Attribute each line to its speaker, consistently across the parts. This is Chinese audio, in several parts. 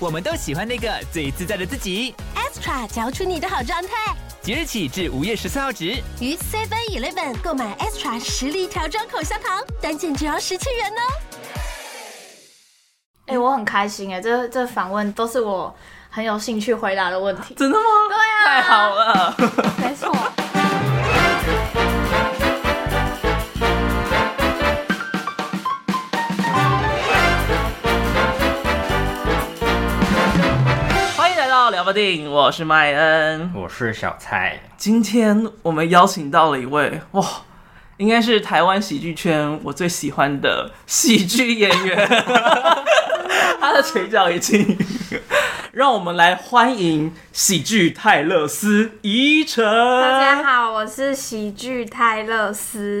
Speaker 1: 我们都喜欢那个最自在的自己。
Speaker 2: extra 嚼出你的好状态。
Speaker 1: 即日起至五月十四号止。
Speaker 2: 于 Seven Eleven 购买 extra 实力调装口香糖，单件只要十七元哦。
Speaker 3: 哎、我很开心哎、这这访问都是我很有兴趣回答的问题。
Speaker 4: 真的吗？
Speaker 3: 对啊，
Speaker 4: 太好，了！
Speaker 3: 没错。
Speaker 4: 欢迎来到聊吧电影，我是麦恩。
Speaker 5: 我是小蔡，
Speaker 4: 今天我们邀请到了一位哇，应该是台湾喜剧圈我最喜欢的喜剧演员， 他的嘴角已经。让我们来欢迎喜剧泰勒斯怡晨。
Speaker 3: 大家好，我是喜剧泰勒斯。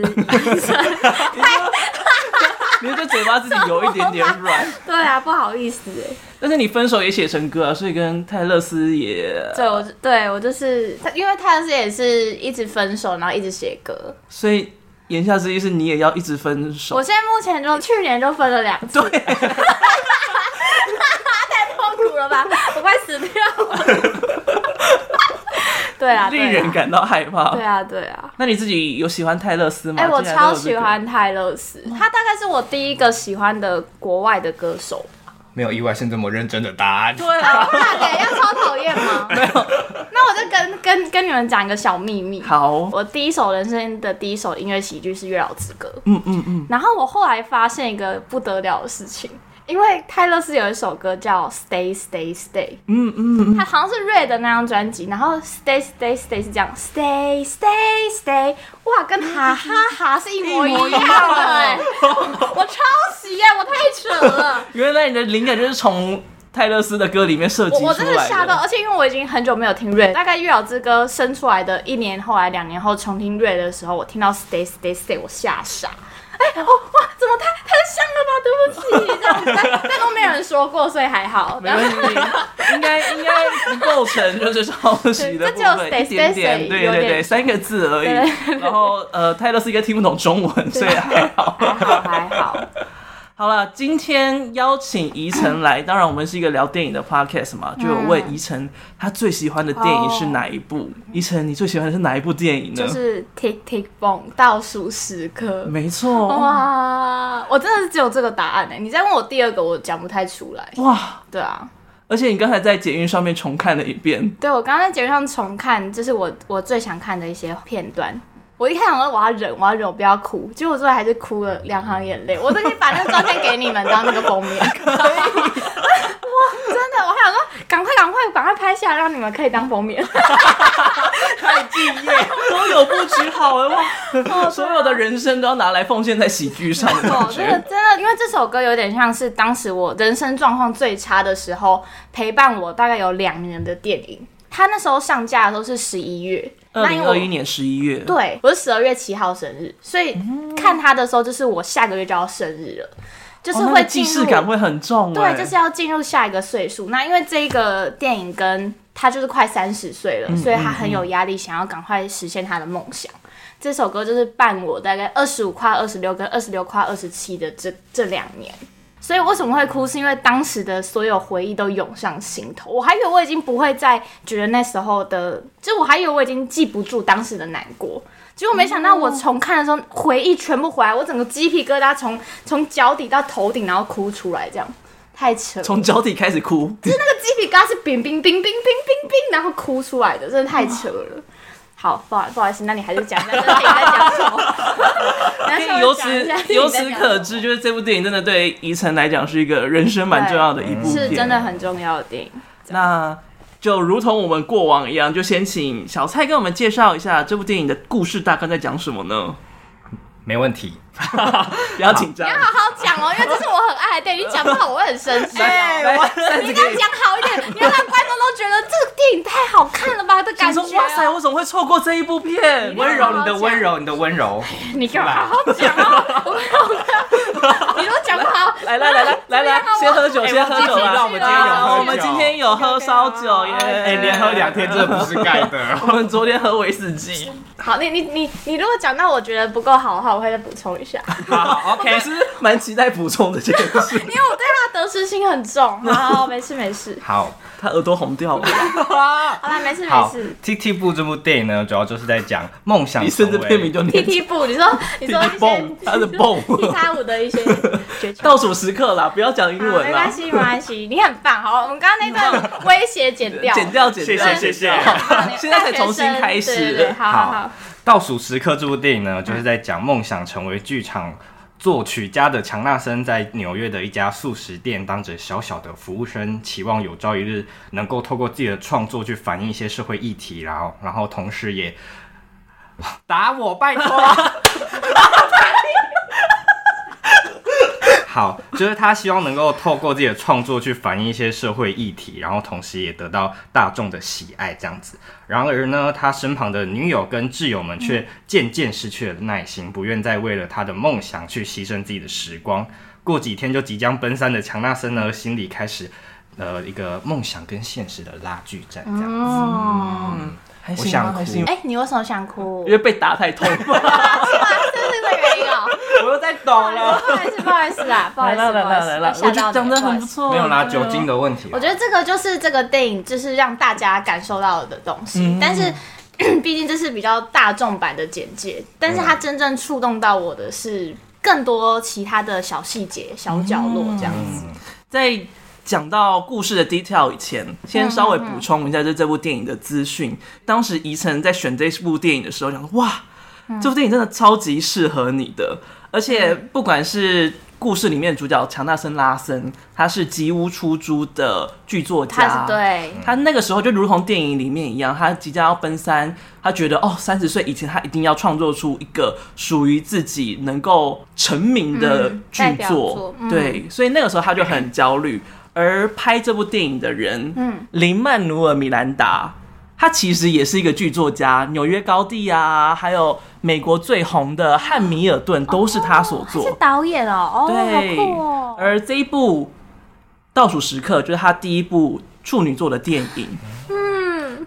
Speaker 4: 你的嘴巴自己有一点点软，
Speaker 3: 对啊，不好意思哎、
Speaker 4: 但是你分手也写成歌啊，所以跟泰勒斯也，
Speaker 3: 对，我就对我就是，因为泰勒斯也是一直分手，然后一直写歌。
Speaker 4: 所以言下之意是你也要一直分
Speaker 3: 我啊
Speaker 4: 手。
Speaker 3: 现在目前就去年就分了两 次，
Speaker 4: 对，
Speaker 3: 太痛苦了吧，我快死掉了。 对啊，对啊
Speaker 4: 令人感到害怕。
Speaker 3: 对啊，对啊。
Speaker 4: 那你自己有喜欢泰勒斯吗？
Speaker 3: 哎、我
Speaker 4: 既然都有
Speaker 3: 超
Speaker 4: 这个哦
Speaker 3: 喜欢泰勒斯，他大概是我第一个喜欢的国外的歌手。哦
Speaker 5: 没有意外是这么认真的答案。
Speaker 4: 对啊，
Speaker 3: 不然怎样超讨厌 吗？没有。那我就跟跟跟你们讲一个小秘密。
Speaker 4: 好，
Speaker 3: 我第一首人生的第一首音乐喜剧是《月老之歌》，
Speaker 4: 嗯嗯嗯，
Speaker 3: 然后我后来发现一个不得了的事情，因为泰勒斯有一首歌叫《Stay Stay Stay》，
Speaker 4: 嗯嗯嗯，
Speaker 3: 它好像是 Red 的那张专辑，然后 Stay Stay Stay 是这样，Stay Stay Stay，哇，跟哈哈哈是一模一样的哎、 我抄袭呀、我太扯了。
Speaker 4: 原来你的灵感就是从泰勒斯的歌里面设计
Speaker 3: 我
Speaker 4: 出来
Speaker 3: 我真的吓到，而且因为我已经很久没有听 Red，大概《月老之歌》生出来的一年后来两年后重听 Red 的时候，我听到 Stay Stay Stay，我吓傻。哎、哦哇，怎么太太像了吧？对不起，这样子，但但都没有人说过，所以还好。
Speaker 4: 没问题，应该应该不构成就是抄袭的
Speaker 3: 对这
Speaker 4: 部
Speaker 3: 只有
Speaker 4: 分，
Speaker 3: 谁谁
Speaker 4: 一点点，
Speaker 3: 谁
Speaker 4: 对
Speaker 3: 有
Speaker 4: 对
Speaker 3: 点
Speaker 4: 对，三个字而
Speaker 3: 对啊
Speaker 4: 已。然后呃，泰勒斯应该听不懂中 文，所以还好。
Speaker 3: 还好还好，
Speaker 4: 好了，今天邀请怡晨来，当然我们是一个聊电影的 podcast 嘛，
Speaker 3: 嗯
Speaker 4: 就有问怡晨他最喜欢的电影是哪一部？怡晨，你最喜欢的是哪一部电影 呢？
Speaker 3: 哦就是 Tick Tick Boom 倒数时刻。
Speaker 4: 没错，
Speaker 3: 哇，我真的是只有这个答案哎、你再问我第二个，我讲不太出来。
Speaker 4: 哇！
Speaker 3: 对啊，
Speaker 4: 而且你刚才在捷运上面重看了一遍，
Speaker 3: 对我刚刚在节目上重看，就是我我最想看的一些片段。我一看，我说我要忍，我要忍，我不要哭。结果我最后还是哭了两行眼泪。我都可以把那个照片给你们当那个封 面。哇，真的，我还想说，赶快赶快赶快拍下来，让你们可以当封面。
Speaker 4: 太敬业，都有布局好了哇！所有的人生都要拿来奉献在喜剧上的感
Speaker 3: 哦，真的
Speaker 4: 觉。
Speaker 3: 真的，因为这首歌有点像是当时我人生状况最差的时候，陪伴我大概有两年的电影。它那时候上架的时候是十一月，
Speaker 4: 二
Speaker 3: 那因
Speaker 4: 零
Speaker 3: 为我
Speaker 4: 二一年十一月，哦
Speaker 3: 对，我是十二月七号生日，所以看他的时候就是我下个月就要生日了，就是
Speaker 4: 哦那
Speaker 3: 会
Speaker 4: 个既
Speaker 3: 进
Speaker 4: 视
Speaker 3: 入、
Speaker 4: 感会很重哎、
Speaker 3: 对，就是要进入下一个岁数。那因为这个电影跟他就是快三十岁了，所以他很有压力，想要赶快实现他的梦想。这首歌就是伴我大概二十五跨二十六跟二十六跨二十七的这这两年。所以为什么会哭，是因为当时的所有回忆都涌上心头。我还以为我已经不会再觉得那时候的，就我还以为我已经记不住当时的难过，结果没想到我重看的时候，回忆全部回来，我整个鸡皮疙瘩从从脚底到头顶，然后哭出来，这样太扯了。
Speaker 4: 从脚底开始哭，
Speaker 3: 鸡皮疙瘩是冰冰冰冰冰冰冰，然后哭出来的，真的太扯了。好，不好不好意思，那你还是讲一下这个电影在讲什 么？
Speaker 4: 可
Speaker 3: 那稍
Speaker 4: 以
Speaker 3: 微
Speaker 4: 由
Speaker 3: 讲一下
Speaker 4: 此由此可知，，就是这部电影真的对宜晨来讲是一个人生蛮重要的一部
Speaker 3: 电影在讲什么
Speaker 4: 片，
Speaker 3: 是真的。很重要的电影。
Speaker 4: 那就如同我们过往一样，就先请小蔡跟我们介绍一下这部电影的故事大概在讲什么呢？
Speaker 5: 没问题。
Speaker 4: 不要紧张
Speaker 3: 你要。好好讲 哦，因为这是我很爱的电影，你讲不好我会很生气。
Speaker 4: 来
Speaker 3: 哎，
Speaker 4: 来
Speaker 3: 你应该讲好一点，你要让观众都觉得这个电影太好看了吧的感
Speaker 4: 想
Speaker 3: 觉
Speaker 4: 说哇塞，
Speaker 3: 啊。
Speaker 4: 我怎么会错过这一部片？
Speaker 3: 你
Speaker 4: 我
Speaker 5: 温柔，你的温柔，你的温柔，
Speaker 3: 你给我好好讲 哦，我要看。你都讲不好，
Speaker 4: 来来来来来
Speaker 3: 怎么
Speaker 4: 来
Speaker 3: 样啊，
Speaker 4: 先喝酒，
Speaker 3: 我
Speaker 4: 先喝酒
Speaker 3: 哎
Speaker 4: 啦！
Speaker 3: 我们今天有
Speaker 4: 啊我们今天有
Speaker 5: 喝酒
Speaker 4: 喝烧酒耶！。
Speaker 5: 哎，连喝两天，这不是盖的
Speaker 4: 我们昨天喝威士忌。
Speaker 3: 好，你你你你如果讲到我觉得不够好的话，我会再补充一下，
Speaker 4: 好，OK，是蛮期待补充这件事。
Speaker 3: 因为我对他的得失心很 重。好，没事没事，
Speaker 5: 好，
Speaker 4: 他耳朵红掉 了，
Speaker 3: 好啦，没事没
Speaker 5: 好
Speaker 3: 事。
Speaker 5: ，T T 部这部电影呢，主要就是在讲梦想
Speaker 4: 你
Speaker 5: 成
Speaker 4: 甚至片名
Speaker 5: 为
Speaker 4: 就
Speaker 3: T
Speaker 4: 念
Speaker 3: T 步，你说你说一
Speaker 4: T T 蹦
Speaker 3: 些
Speaker 4: 他是蹦
Speaker 3: T 叉舞的一些诀窍。
Speaker 4: 倒数时刻啦，不要讲 英
Speaker 3: 好
Speaker 4: 文啊
Speaker 3: 没
Speaker 4: 啦
Speaker 3: 关，系，没关系，你很棒。好，我们刚刚那段威胁剪掉，
Speaker 4: 剪掉，剪掉，
Speaker 5: 谢谢谢谢
Speaker 3: 好。
Speaker 4: 现在才重新开
Speaker 3: 对对对
Speaker 4: 始。
Speaker 3: 好好好，
Speaker 5: 倒数时刻这部电影呢，就是在讲梦想成为剧场作曲家的强纳森，在纽约的一家素食店当着小小的服务生，期望有朝一日能够透过自己的创作去反映一些社会议题，然后，然后同时也打我，拜托。 好，就是他希望能够透过自己的创作去反映一些社会议题，然后同时也得到大众的喜爱这样子。然而呢，他身旁的女友跟挚友们却渐渐失去了耐心，不愿再为了他的梦想去牺牲自己的时光。过几天就即将奔三的强纳森呢，心里开始呃一个梦想跟现实的拉锯战这样子。
Speaker 3: 哦，
Speaker 4: 还
Speaker 5: 我
Speaker 4: 行
Speaker 5: 想
Speaker 4: 吗，
Speaker 5: 哭
Speaker 4: 还行，
Speaker 3: 哎，你为什么想哭
Speaker 4: 因？为被打太 痛了，
Speaker 3: 这是这个原因哦。
Speaker 4: 我又在懂了。
Speaker 3: 不好意思，不好意思啊，不好
Speaker 4: 来
Speaker 3: 意思，
Speaker 4: 了来了来了，
Speaker 3: 不好
Speaker 4: 我
Speaker 3: 意思
Speaker 4: 觉得
Speaker 3: 吓到
Speaker 4: 讲
Speaker 3: 你
Speaker 4: 的
Speaker 3: 不好
Speaker 4: 很
Speaker 3: 意
Speaker 4: 不
Speaker 3: 思。
Speaker 4: 错。
Speaker 5: 没有啦，酒精的问题啦。啊
Speaker 3: 我觉得这个就是这个电影，就是让大家感受到的东西，但是。毕竟这是比较大众版的简介，但是它真正触动到我的是更多其他的小细节、小角落这样子。
Speaker 4: 在讲到故事的 detail 以前，先稍微补充一下，就这部电影的资讯。当时宜晨在选这部电影的时候，想说哇，
Speaker 3: 嗯
Speaker 4: 这部电影真的超级适合你的，而且不管是。故事里面主角强纳森·拉森，他是吉屋出租的剧作家，
Speaker 3: 他是对，
Speaker 4: 他那个时候就如同电影里面一样，他即将要奔三，他觉得哦，三十岁以前他一定要创作出一个属于自己能够成名的
Speaker 3: 嗯
Speaker 4: 剧
Speaker 3: 代表
Speaker 4: 作
Speaker 3: 作，嗯
Speaker 4: 对，所以那个时候他就很焦虑。而拍这部电影的人，嗯，林曼努尔·米兰达，他其实也是一个剧作家，《纽约高地》啊，还有美国最红的《汉密尔顿》都是他所
Speaker 3: 他
Speaker 4: 做。
Speaker 3: 是导演哦，哦，好
Speaker 4: 对，
Speaker 3: 酷哦。
Speaker 4: 而这一部《倒数时刻》就是他第一部处女座的电影，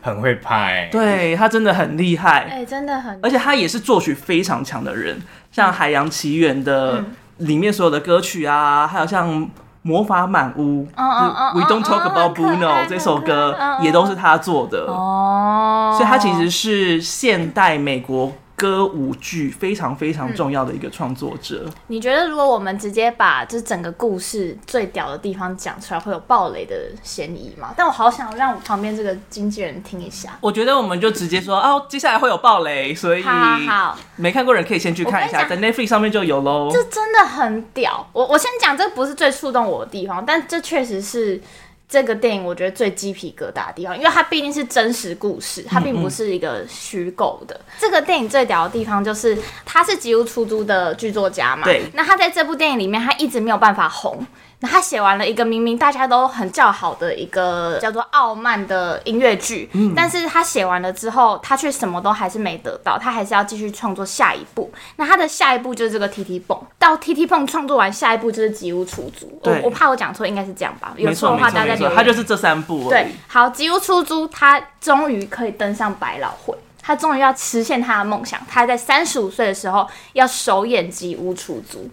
Speaker 5: 很会拍，
Speaker 4: 对他真的很厉害，
Speaker 3: 哎、真的很
Speaker 4: 而且他也是作曲非常强的人，像《海洋奇缘》的
Speaker 3: 嗯
Speaker 4: 里面所有的歌曲啊，还有像。魔法满屋
Speaker 3: 嗯嗯嗯
Speaker 4: ，We Don't Talk
Speaker 3: 嗯嗯很
Speaker 4: About
Speaker 3: 可
Speaker 4: Bruno
Speaker 3: 爱
Speaker 4: 这首歌
Speaker 3: 很可爱嗯嗯
Speaker 4: 也都是他做的，
Speaker 3: 哦，
Speaker 4: 所以他其实是现代美国歌舞剧非常非常重要的一个创作者。
Speaker 3: 你觉得如果我们直接把这整个故事最屌的地方讲出来，会有暴雷的嫌疑吗？但我好想让我旁边这个经纪人听一下。
Speaker 4: 我觉得我们就直接说哦，接下来会有暴雷，所以
Speaker 3: 好好好，
Speaker 4: 没看过人可以先去看一下，
Speaker 3: 我
Speaker 4: 在
Speaker 3: 跟
Speaker 4: Netflix 上面就有喽。
Speaker 3: 这真的很屌。我我先讲，这不是最触动我的地方，但这确实是这个电影我觉得最鸡皮疙瘩的地方，因为它毕竟是真实故事，
Speaker 4: 嗯
Speaker 3: 它并不是一个虚构的。这个电影最屌的地方就是，他是吉屋出租的剧作家嘛，
Speaker 4: 对
Speaker 3: 那他在这部电影里面，他一直没有办法红。那他写完了一个明明大家都很叫好的一个叫做《傲慢》的音乐剧，
Speaker 4: 嗯
Speaker 3: 但是他写完了之后，他却什么都还是没得到，他还是要继续创作下一步。那他的下一步就是这个 T T 蹦，到 T T 蹦创作完下一步就是吉屋出租。我
Speaker 4: 对
Speaker 3: 我怕我讲错，应该是这样吧？有
Speaker 4: 没错
Speaker 3: 的
Speaker 4: 没
Speaker 3: 话
Speaker 4: 错
Speaker 3: 大家
Speaker 4: 没
Speaker 3: 留言。
Speaker 4: 错，它就是这三部而
Speaker 3: 对
Speaker 4: 已。，
Speaker 3: 好，吉屋出租，他终于可以登上百老汇，他终于要实现他的梦想。他在三十五岁的时候要首演吉屋出租，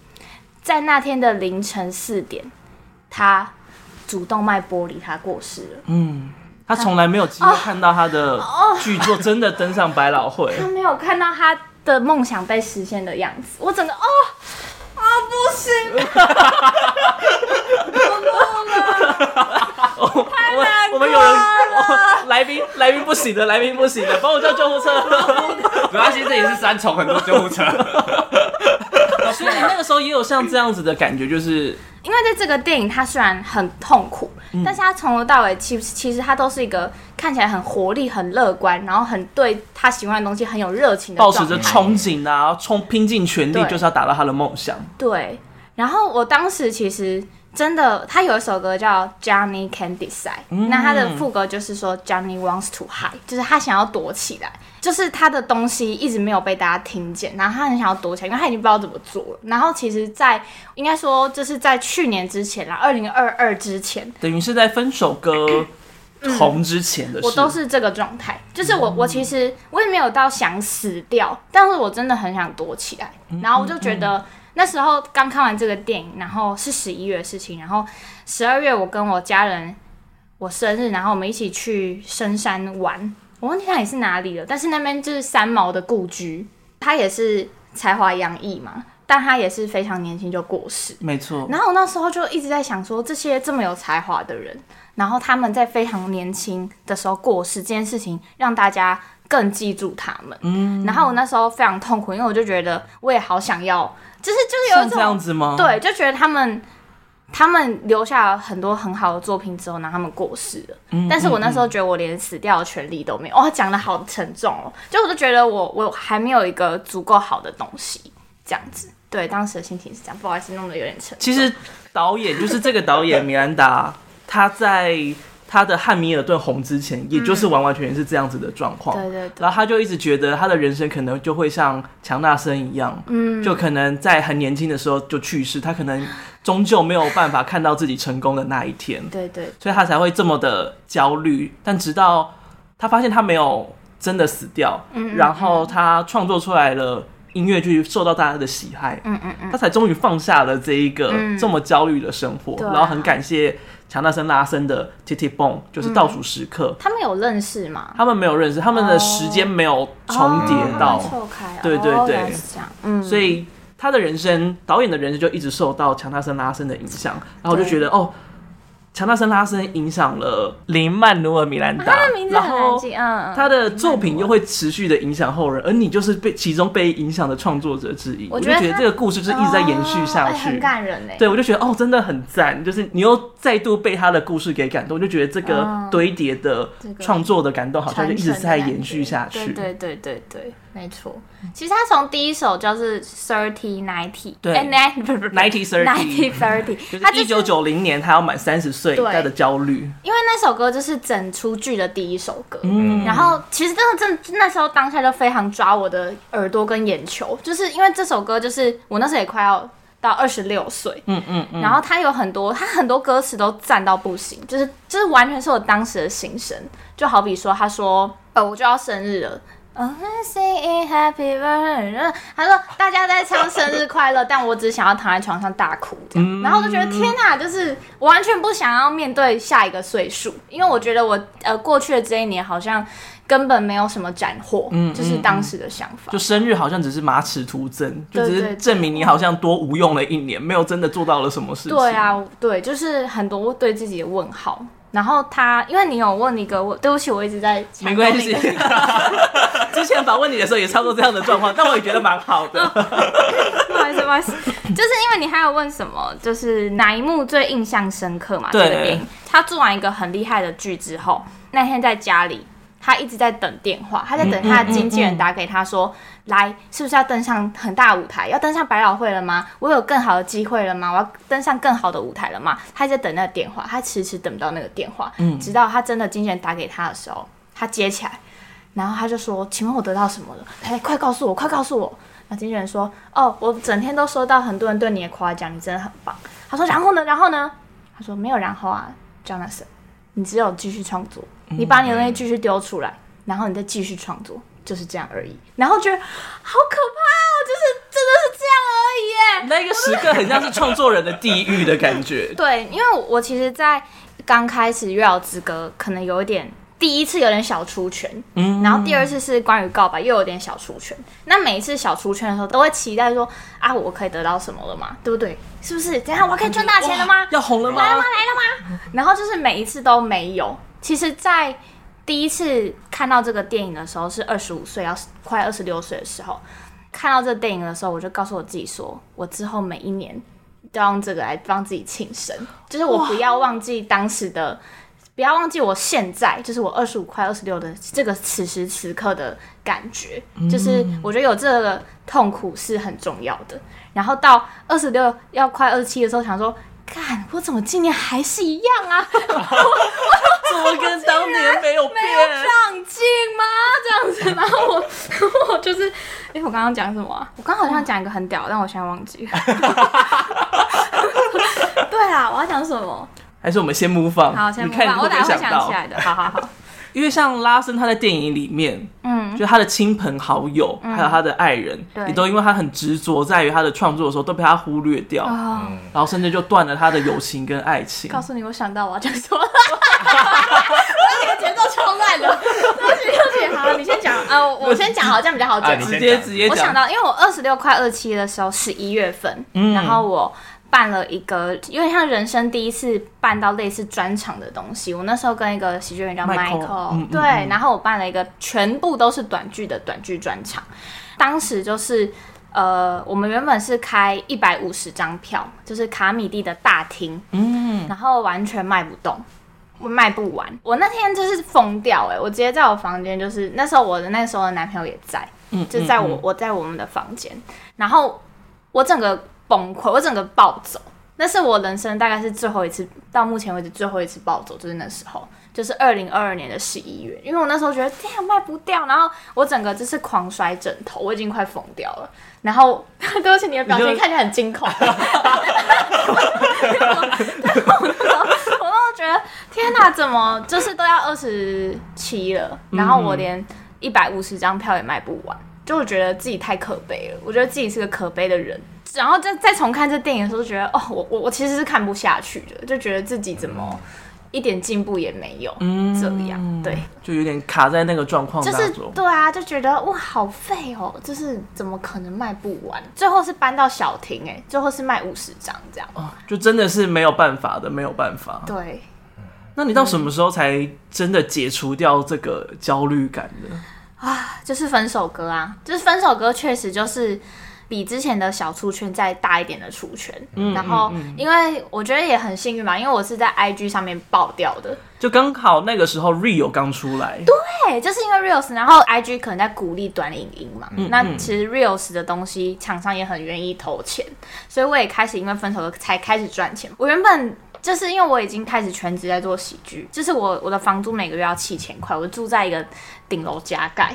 Speaker 3: 在那天的凌晨四点，他主动脉剥离，他过世了。
Speaker 4: 他从来没有
Speaker 3: 啊
Speaker 4: 机会看到他的
Speaker 3: 哦
Speaker 4: 剧作真的登上百 老汇。
Speaker 3: 他没有看到他的梦想被实现的样子，我整个哦啊、不行，
Speaker 4: 我我们有人，哦来宾来宾不行的，来宾不行的，帮我叫救 护车。
Speaker 5: 主要其实这也是三重很多救护车。
Speaker 4: 所以你那个时候也有像这样子的感觉，就是
Speaker 3: 因为在这个电影，他虽然很痛苦，
Speaker 4: 嗯
Speaker 3: 但是他从头到尾其其实他都是一个看起来很活力、很乐观，然后很对他喜欢的东西很有热情的
Speaker 4: 保
Speaker 3: 状
Speaker 4: 持
Speaker 3: 态，
Speaker 4: 着憧憬啊，冲拼尽全力
Speaker 3: 嗯对
Speaker 4: 就是要达到他的梦想。
Speaker 3: 对，然后我当时其实真的，他有一首歌叫《Johnny Can Decide》，那
Speaker 4: 嗯
Speaker 3: 他的副歌就是说 Johnny wants to hide，就是他想要躲起来，就是他的东西一直没有被大家听见，然后他很想要躲起来，因为他已经不知道怎么做了。然后其实在，应该说就是在去年之前啦，二零二二之前，
Speaker 4: 等于是在分手歌红之前的
Speaker 3: 嗯
Speaker 4: 事。嗯
Speaker 3: 我都是这个状态，就是我我其实我也没有到想死掉，但是我真的很想躲起来，
Speaker 4: 嗯
Speaker 3: 然后我就觉得。那时候刚看完这个电影，然后是十一月的事情，然后十二月我跟我家人我生日，然后我们一起去深山玩，我忘记那里是哪里了，但是那边就是三毛的故居，他也是才华洋溢嘛，但他也是非常年轻就过世，
Speaker 4: 没错，
Speaker 3: 然后我那时候就一直在想说，这些这么有才华的人，然后他们在非常年轻的时候过世，这件事情让大家更记住他们。嗯，然后我那时候非常痛苦，因为我就觉得我也好想要，就是就是有
Speaker 4: 像
Speaker 3: 一
Speaker 4: 这样
Speaker 3: 种
Speaker 4: 子吗？，
Speaker 3: 对，就觉得他们他们留下了很多很好的作品之后，然后他们过世了。
Speaker 4: 嗯
Speaker 3: 但是我那时候觉得我连死掉的权利都没有，哇、讲的好沉重哦，就我就觉得我我还没有一个足够好的东西，这样子。对，当时的心情是这样，不好意思，弄得有点沉重。
Speaker 4: 其实导演就是这个导演米兰达，他在他的《汉密尔顿》红之前，也就是完完全全是这样子的状况。
Speaker 3: 嗯对对对
Speaker 4: 然后他就一直觉得他的人生可能就会像强纳森一样，嗯，就可能在很年轻的时候就去世，他可能终究没有办法看到自己成功的那一天。
Speaker 3: 对对
Speaker 4: 所以他才会这么的焦虑。但直到他发现他没有真的死掉，
Speaker 3: 嗯
Speaker 4: 然后他创作出来了音乐剧，受到大家的喜爱，嗯嗯嗯，他才终于放下了这一个这么焦虑的生活，
Speaker 3: 嗯对啊
Speaker 4: 然后很感谢强大森拉森的 t t b o n 就是倒数时刻。
Speaker 3: 他们有认识吗？
Speaker 4: 他们没有认识，他们的时间没有重叠
Speaker 3: 哦他们
Speaker 4: 到，
Speaker 3: 哦错开了，
Speaker 4: 对对
Speaker 3: 哦
Speaker 4: 对
Speaker 3: 原来是这样，嗯，
Speaker 4: 所以他的人生，导演的人生就一直受到强纳森拉森的影响，然后我就觉得哦，强纳森拉森影响了林曼努尔米兰达，
Speaker 3: 啊他的名字很
Speaker 4: 然后
Speaker 3: 难记，嗯，嗯
Speaker 4: 他的作品又会持续的影响后人，而你就是被其中被影响的创作者之一。
Speaker 3: 我
Speaker 4: 我就
Speaker 3: 觉得
Speaker 4: 觉得
Speaker 3: 他
Speaker 4: 这个故事就是一直在延续下
Speaker 3: 哦哎很
Speaker 4: 去。
Speaker 3: 感人呢。
Speaker 4: 对，我就觉得哦，真的很赞，就是你又再度被他的故事给感动，我就觉得这个堆叠的
Speaker 3: 嗯这个
Speaker 4: 创作的感动好像就
Speaker 3: 传
Speaker 4: 一
Speaker 3: 承的
Speaker 4: 直
Speaker 3: 感觉，
Speaker 4: 在延续下去。
Speaker 3: 对对对对对，没错。其实他从第一首就是 Thirty Ninety，
Speaker 4: 对
Speaker 3: n i n e
Speaker 4: Ninety Thirty
Speaker 3: Ninety
Speaker 4: 就
Speaker 3: Thirty，他
Speaker 4: 是
Speaker 3: 就
Speaker 4: 一九
Speaker 3: 是
Speaker 4: 九零年他要满三十岁，
Speaker 3: 对
Speaker 4: 他的焦虑。
Speaker 3: 因为那首歌就是整出剧的第一首歌，然后其实真的真的那时候当下就非常抓我的耳朵跟眼球，就是因为这首歌就是我那时候也快要到二十六岁，嗯嗯嗯，然后它有很多它很多歌词都赞到不行，就是就是完全是我当时的心声，就好比说他说呃我就要生日了。嗯 singing happy birthday，他说大家在唱生日快乐，但我只想要躺在床上大哭这样，然后我就觉得天哪，就是我完全不想要面对下一个岁数，因为我觉得我呃过去的这一年好像根本没有什么斩获，就是当时的想法
Speaker 4: 就。生日好像只是马齿徒增，就
Speaker 3: 对
Speaker 4: 只
Speaker 3: 对
Speaker 4: 是
Speaker 3: 对
Speaker 4: 证明你好像多无用了一年，没有真的做到了什么事情。
Speaker 3: 对啊，对，就是很多对自己的问号。然后他，因为你有问一个，我对不起，我一直在
Speaker 4: 没关系。之前访问你的时候也差不多这样的状况，但我也觉得蛮好的。
Speaker 3: 嗯 不好意思，不好意思，就是因为你还有问什么，就是哪一幕最印象深刻嘛？这
Speaker 4: 对
Speaker 3: 个电影，他做完一个很厉害的剧之后，那天在家里，他一直在等电话，他在等他的经纪人打给他说，来，是不是要登上很大的舞台？要登上百老汇了吗？我有更好的机会了吗？我要登上更好的舞台了吗？他一直在等那个电话，他迟迟等不到那个电话，直到他真的经纪人打给他的时候，他接起来。然后他就说：“请问我得到什么了？哎，快告诉我，快告诉我！”那经纪人说：“哦，我整天都收到很多人对你的夸奖，你真的很棒。”他说：“然后呢？然后呢？”他说：“没有然后啊，Jonathan，你只有继续创作，你把你的东西继续丢出来，然后你再继续创作，就是这样而已。”然后觉得好可怕哦，就是真的是这样而已耶。
Speaker 4: 那个时刻很像是创作人的地狱的 感觉。
Speaker 3: 对，因为我其实，在刚开始约好资格，可能有一点。第一次有点小出圈，嗯，然后第二次是关于告白，又有点小出圈。那每一次小出圈的时候，都会期待说啊，我可以得到什么了嘛，对不对？是不是？等一下我可以赚大钱了吗？
Speaker 4: 要红了
Speaker 3: 来了
Speaker 4: 吗
Speaker 3: 吗？？来了吗？ 然后就是每一次都没有。其实，在第一次看到这个电影的时候是二十五岁，要快二十六岁的时候，看到这个电影的时候，我就告诉我自己说，我之后每一年要用这个来帮自己庆生，就是我不要忘记当时的，不要忘记我现在，就是我二十五块、二十六的这个此时此刻的感觉，就是
Speaker 4: 嗯
Speaker 3: 我觉得有这个痛苦是很重要的。然后到二十六要快二十七的时候，想说。看我怎么今年还是一样啊？
Speaker 4: 怎么跟当年没有变？
Speaker 3: 没有长进吗？这样子，然后我我就是，哎、我刚刚讲什么啊、我刚好像讲一个很屌，但我现在忘记了。 对啦，我要讲什么？
Speaker 4: 还是我们先 move on？
Speaker 3: 好，先
Speaker 4: 你
Speaker 3: 不
Speaker 4: 看你
Speaker 3: 管，
Speaker 4: 会
Speaker 3: 我
Speaker 4: 不
Speaker 3: 等
Speaker 4: 会
Speaker 3: 下会
Speaker 4: 想
Speaker 3: 想
Speaker 4: 到
Speaker 3: 起？来的。好好好，
Speaker 4: 因为像拉森他在电影里面，
Speaker 3: 嗯，
Speaker 4: 就他的亲朋好友，还有他的爱人，
Speaker 3: 对
Speaker 4: 也都因为他很执着在于他的创作的时候，都被他忽略掉，
Speaker 3: 哦
Speaker 4: 然后甚至就断了他的友情跟爱情
Speaker 3: 告。诉你，我想到我要讲什 么了。我这个节奏超烂的，对不起，对不起。好，你先讲，呃，我我先讲，好，这样比较好
Speaker 5: 啊
Speaker 3: 讲
Speaker 5: 你。
Speaker 4: 直
Speaker 5: 先
Speaker 4: 接
Speaker 5: 讲
Speaker 4: 直接
Speaker 3: 我想
Speaker 4: 讲，
Speaker 3: 到，因为我二十六块二七的时候，十一月份，然后我办了一个有点像人生第一次办到类似专场的东西。我那时候跟一个喜剧演员叫
Speaker 4: Michael，
Speaker 3: Michael，
Speaker 4: 嗯嗯
Speaker 3: 对，然后我办了一个全部都是短剧的短剧专场，当时就是。呃，我们原本是开一百五十张票，就是卡米蒂的大厅，嗯，然后完全卖不动，我卖不完。我那天就是疯掉哎、我直接在我房间，就是那时候我的那时候的男朋友也在，
Speaker 4: 嗯
Speaker 3: 就在我、
Speaker 4: 嗯
Speaker 3: 我在我们的房间，然后我整个崩溃，我整个暴走。那是我人生大概是最后一次，到目前为止最后一次暴走，就是那时候，就是二零二二年的十一月，因为我那时候觉得天啊卖不掉，然后我整个就是狂摔枕头，我已经快疯掉了。然后 对不起，你的表情
Speaker 4: 你就
Speaker 3: 看起来很惊恐。但是我那时候我那时候觉得天哪，怎么就是都要二十七了，然后我连一百五十张票也卖不完，就我觉得自己太可悲了，我觉得自己是个可悲的人。然后再再重看这电影的时候，就觉得哦，我我我其实是看不下去的，就觉得自己怎么一点进步也没有，这样对，
Speaker 4: 就有点卡在那个状况
Speaker 3: 就
Speaker 4: 当
Speaker 3: 是
Speaker 4: 中。
Speaker 3: 对啊，就觉得哇，好废哦，就是怎么可能卖不完？最后是搬到小亭哎、最后是卖五十张这样，
Speaker 4: 哦就真的是没有办法的，没有办法。
Speaker 3: 对。
Speaker 4: 那你到什么时候才真的解除掉这个焦虑感呢？
Speaker 3: 就是分手歌啊，就是分手歌，确实就是比之前的小出圈再大一点的出圈。然后，因为我觉得也很幸运嘛，因为我是在 IG 上面爆掉的，
Speaker 4: 就刚好那个时候 Rio 刚出来，
Speaker 3: 对，就是因为 Reels，然后 IG 可能在鼓励短影音嘛，
Speaker 4: 嗯
Speaker 3: 那其实 Reels 的东西厂商也很愿意投钱，所以我也开始因为分手了才开始赚钱。我原本就是因为我已经开始全职在做喜剧，就是我我的房租每个月要七千块，我住在一个顶楼加盖，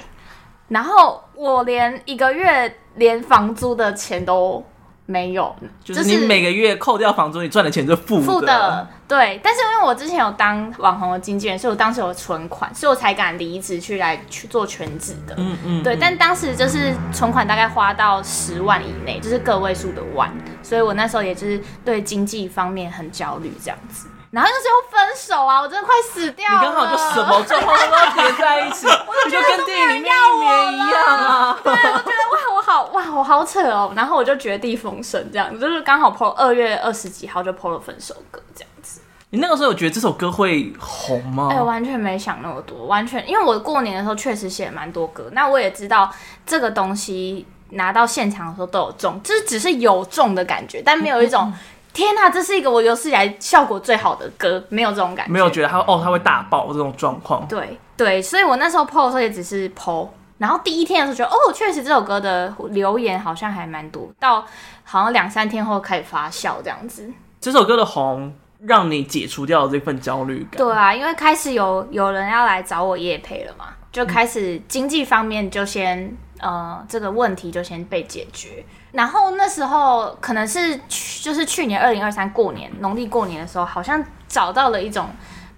Speaker 3: 然后我连一个月连房租的钱都没有，
Speaker 4: 就是你每个月扣掉房租，你赚的钱就负
Speaker 3: 付的，对。但是因为我之前有当网红的经纪人，所以我当时有存款，所以我才敢离职去来去做全职的。嗯嗯，对。但当时就是存款大概花到十万以内，就是个位数的万，所以我那时候也就是对经济方面很焦虑这样子。然后那时候分手啊，我真的快死掉了。
Speaker 4: 你刚好就什么状况都要叠在一 起，你就跟电影里面一年一样啊。
Speaker 3: 对，我觉得哇，我好哇，我好扯哦。然后我就绝地逢生，这样就是刚好 PO 二月二十几号就 PO 了分手歌这样子。
Speaker 4: 你那个时候有觉得这首歌会红吗？
Speaker 3: 哎、完全没想那么多，完全因为我过年的时候确实写了蛮多歌，那我也知道这个东西拿到现场的时候都有中，就是只是有中的感觉，但没有一种天哪、这是一个我有史以来效果最好的歌，没有这种感觉，
Speaker 4: 没有觉得它哦，它会大爆这种状况。
Speaker 3: 嗯对对，所以我那时候 PO 的时候也只是 PO，然后第一天的时候觉得哦，确实这首歌的留言好像还蛮多，到好像两三天后开始发酵这样子，
Speaker 4: 这首歌的红让你解除掉这份焦虑感。
Speaker 3: 对啊，因为开始有有人要来找我叶配了嘛，就开始经济方面就先呃这个问题就先被解决。然后那时候可能是去就是去年二零二三过年农历过年的时候，好像找到了一种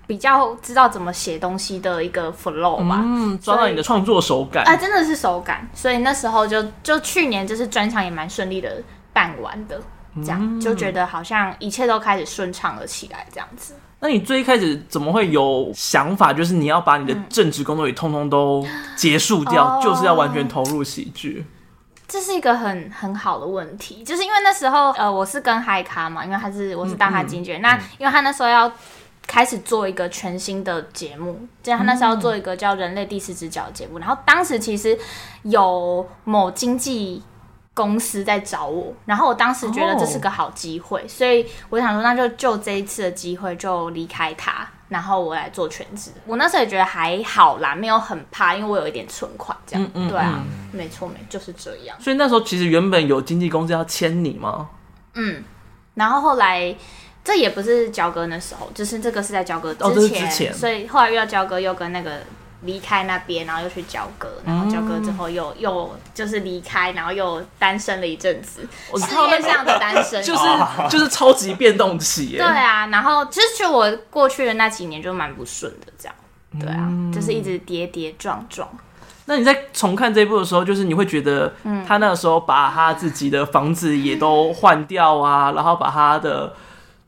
Speaker 3: 比较知道怎么写东西的一个 flow 吧。
Speaker 4: 嗯，抓到你的创作手感。
Speaker 3: 啊，真的是手感，所以那时候就就去年就是专场也蛮顺利的办完的，这样、就觉得好像一切都开始顺畅了起来，这样子。
Speaker 4: 那你最一开始怎么会有想法，就是你要把你的正职工作也通通都结束掉，
Speaker 3: 哦
Speaker 4: 就是要完全投入喜剧？
Speaker 3: 这是一个很很好的问题，就是因为那时候呃，我是跟嗨咖嘛，因为他是我是当他经纪人，那嗯因为他那时候要开始做一个全新的节目，就是他那时候要做一个叫《人类第四只脚》的节目，然后当时其实有某经纪公司在找我，然后我当时觉得这是个好机会，所以我想说，那就就这一次的机会就离开他，然后我来做全职。我那时候也觉得还好啦，没有很怕，因为我有一点存款这样。对啊，没错没，就是这样。
Speaker 4: 所以那时候其实原本有经纪公司要签你吗？
Speaker 3: 嗯，然后后来这也不是交割那时候，就是这个是在交割之前，
Speaker 4: 哦这是之前
Speaker 3: 所以后来又要交割，又跟那个离开那边，然后又去交割，然后交割之后
Speaker 4: 嗯
Speaker 3: 又、又就是离开，然后又单身了一阵子，
Speaker 4: 我
Speaker 3: 事
Speaker 4: 知道那
Speaker 3: 业
Speaker 4: 个
Speaker 3: 上的单身，
Speaker 4: 哦
Speaker 3: 哦
Speaker 4: 就是就是超级变动期耶
Speaker 3: 对。啊，然后其实我过去的那几年就蛮不顺的，这样，对啊，
Speaker 4: 嗯
Speaker 3: 就是一直跌跌撞撞。
Speaker 4: 那你在重看这一部的时候，就是你会觉得，
Speaker 3: 嗯
Speaker 4: 他那个时候把他自己的房子也都换掉啊， 然后把他的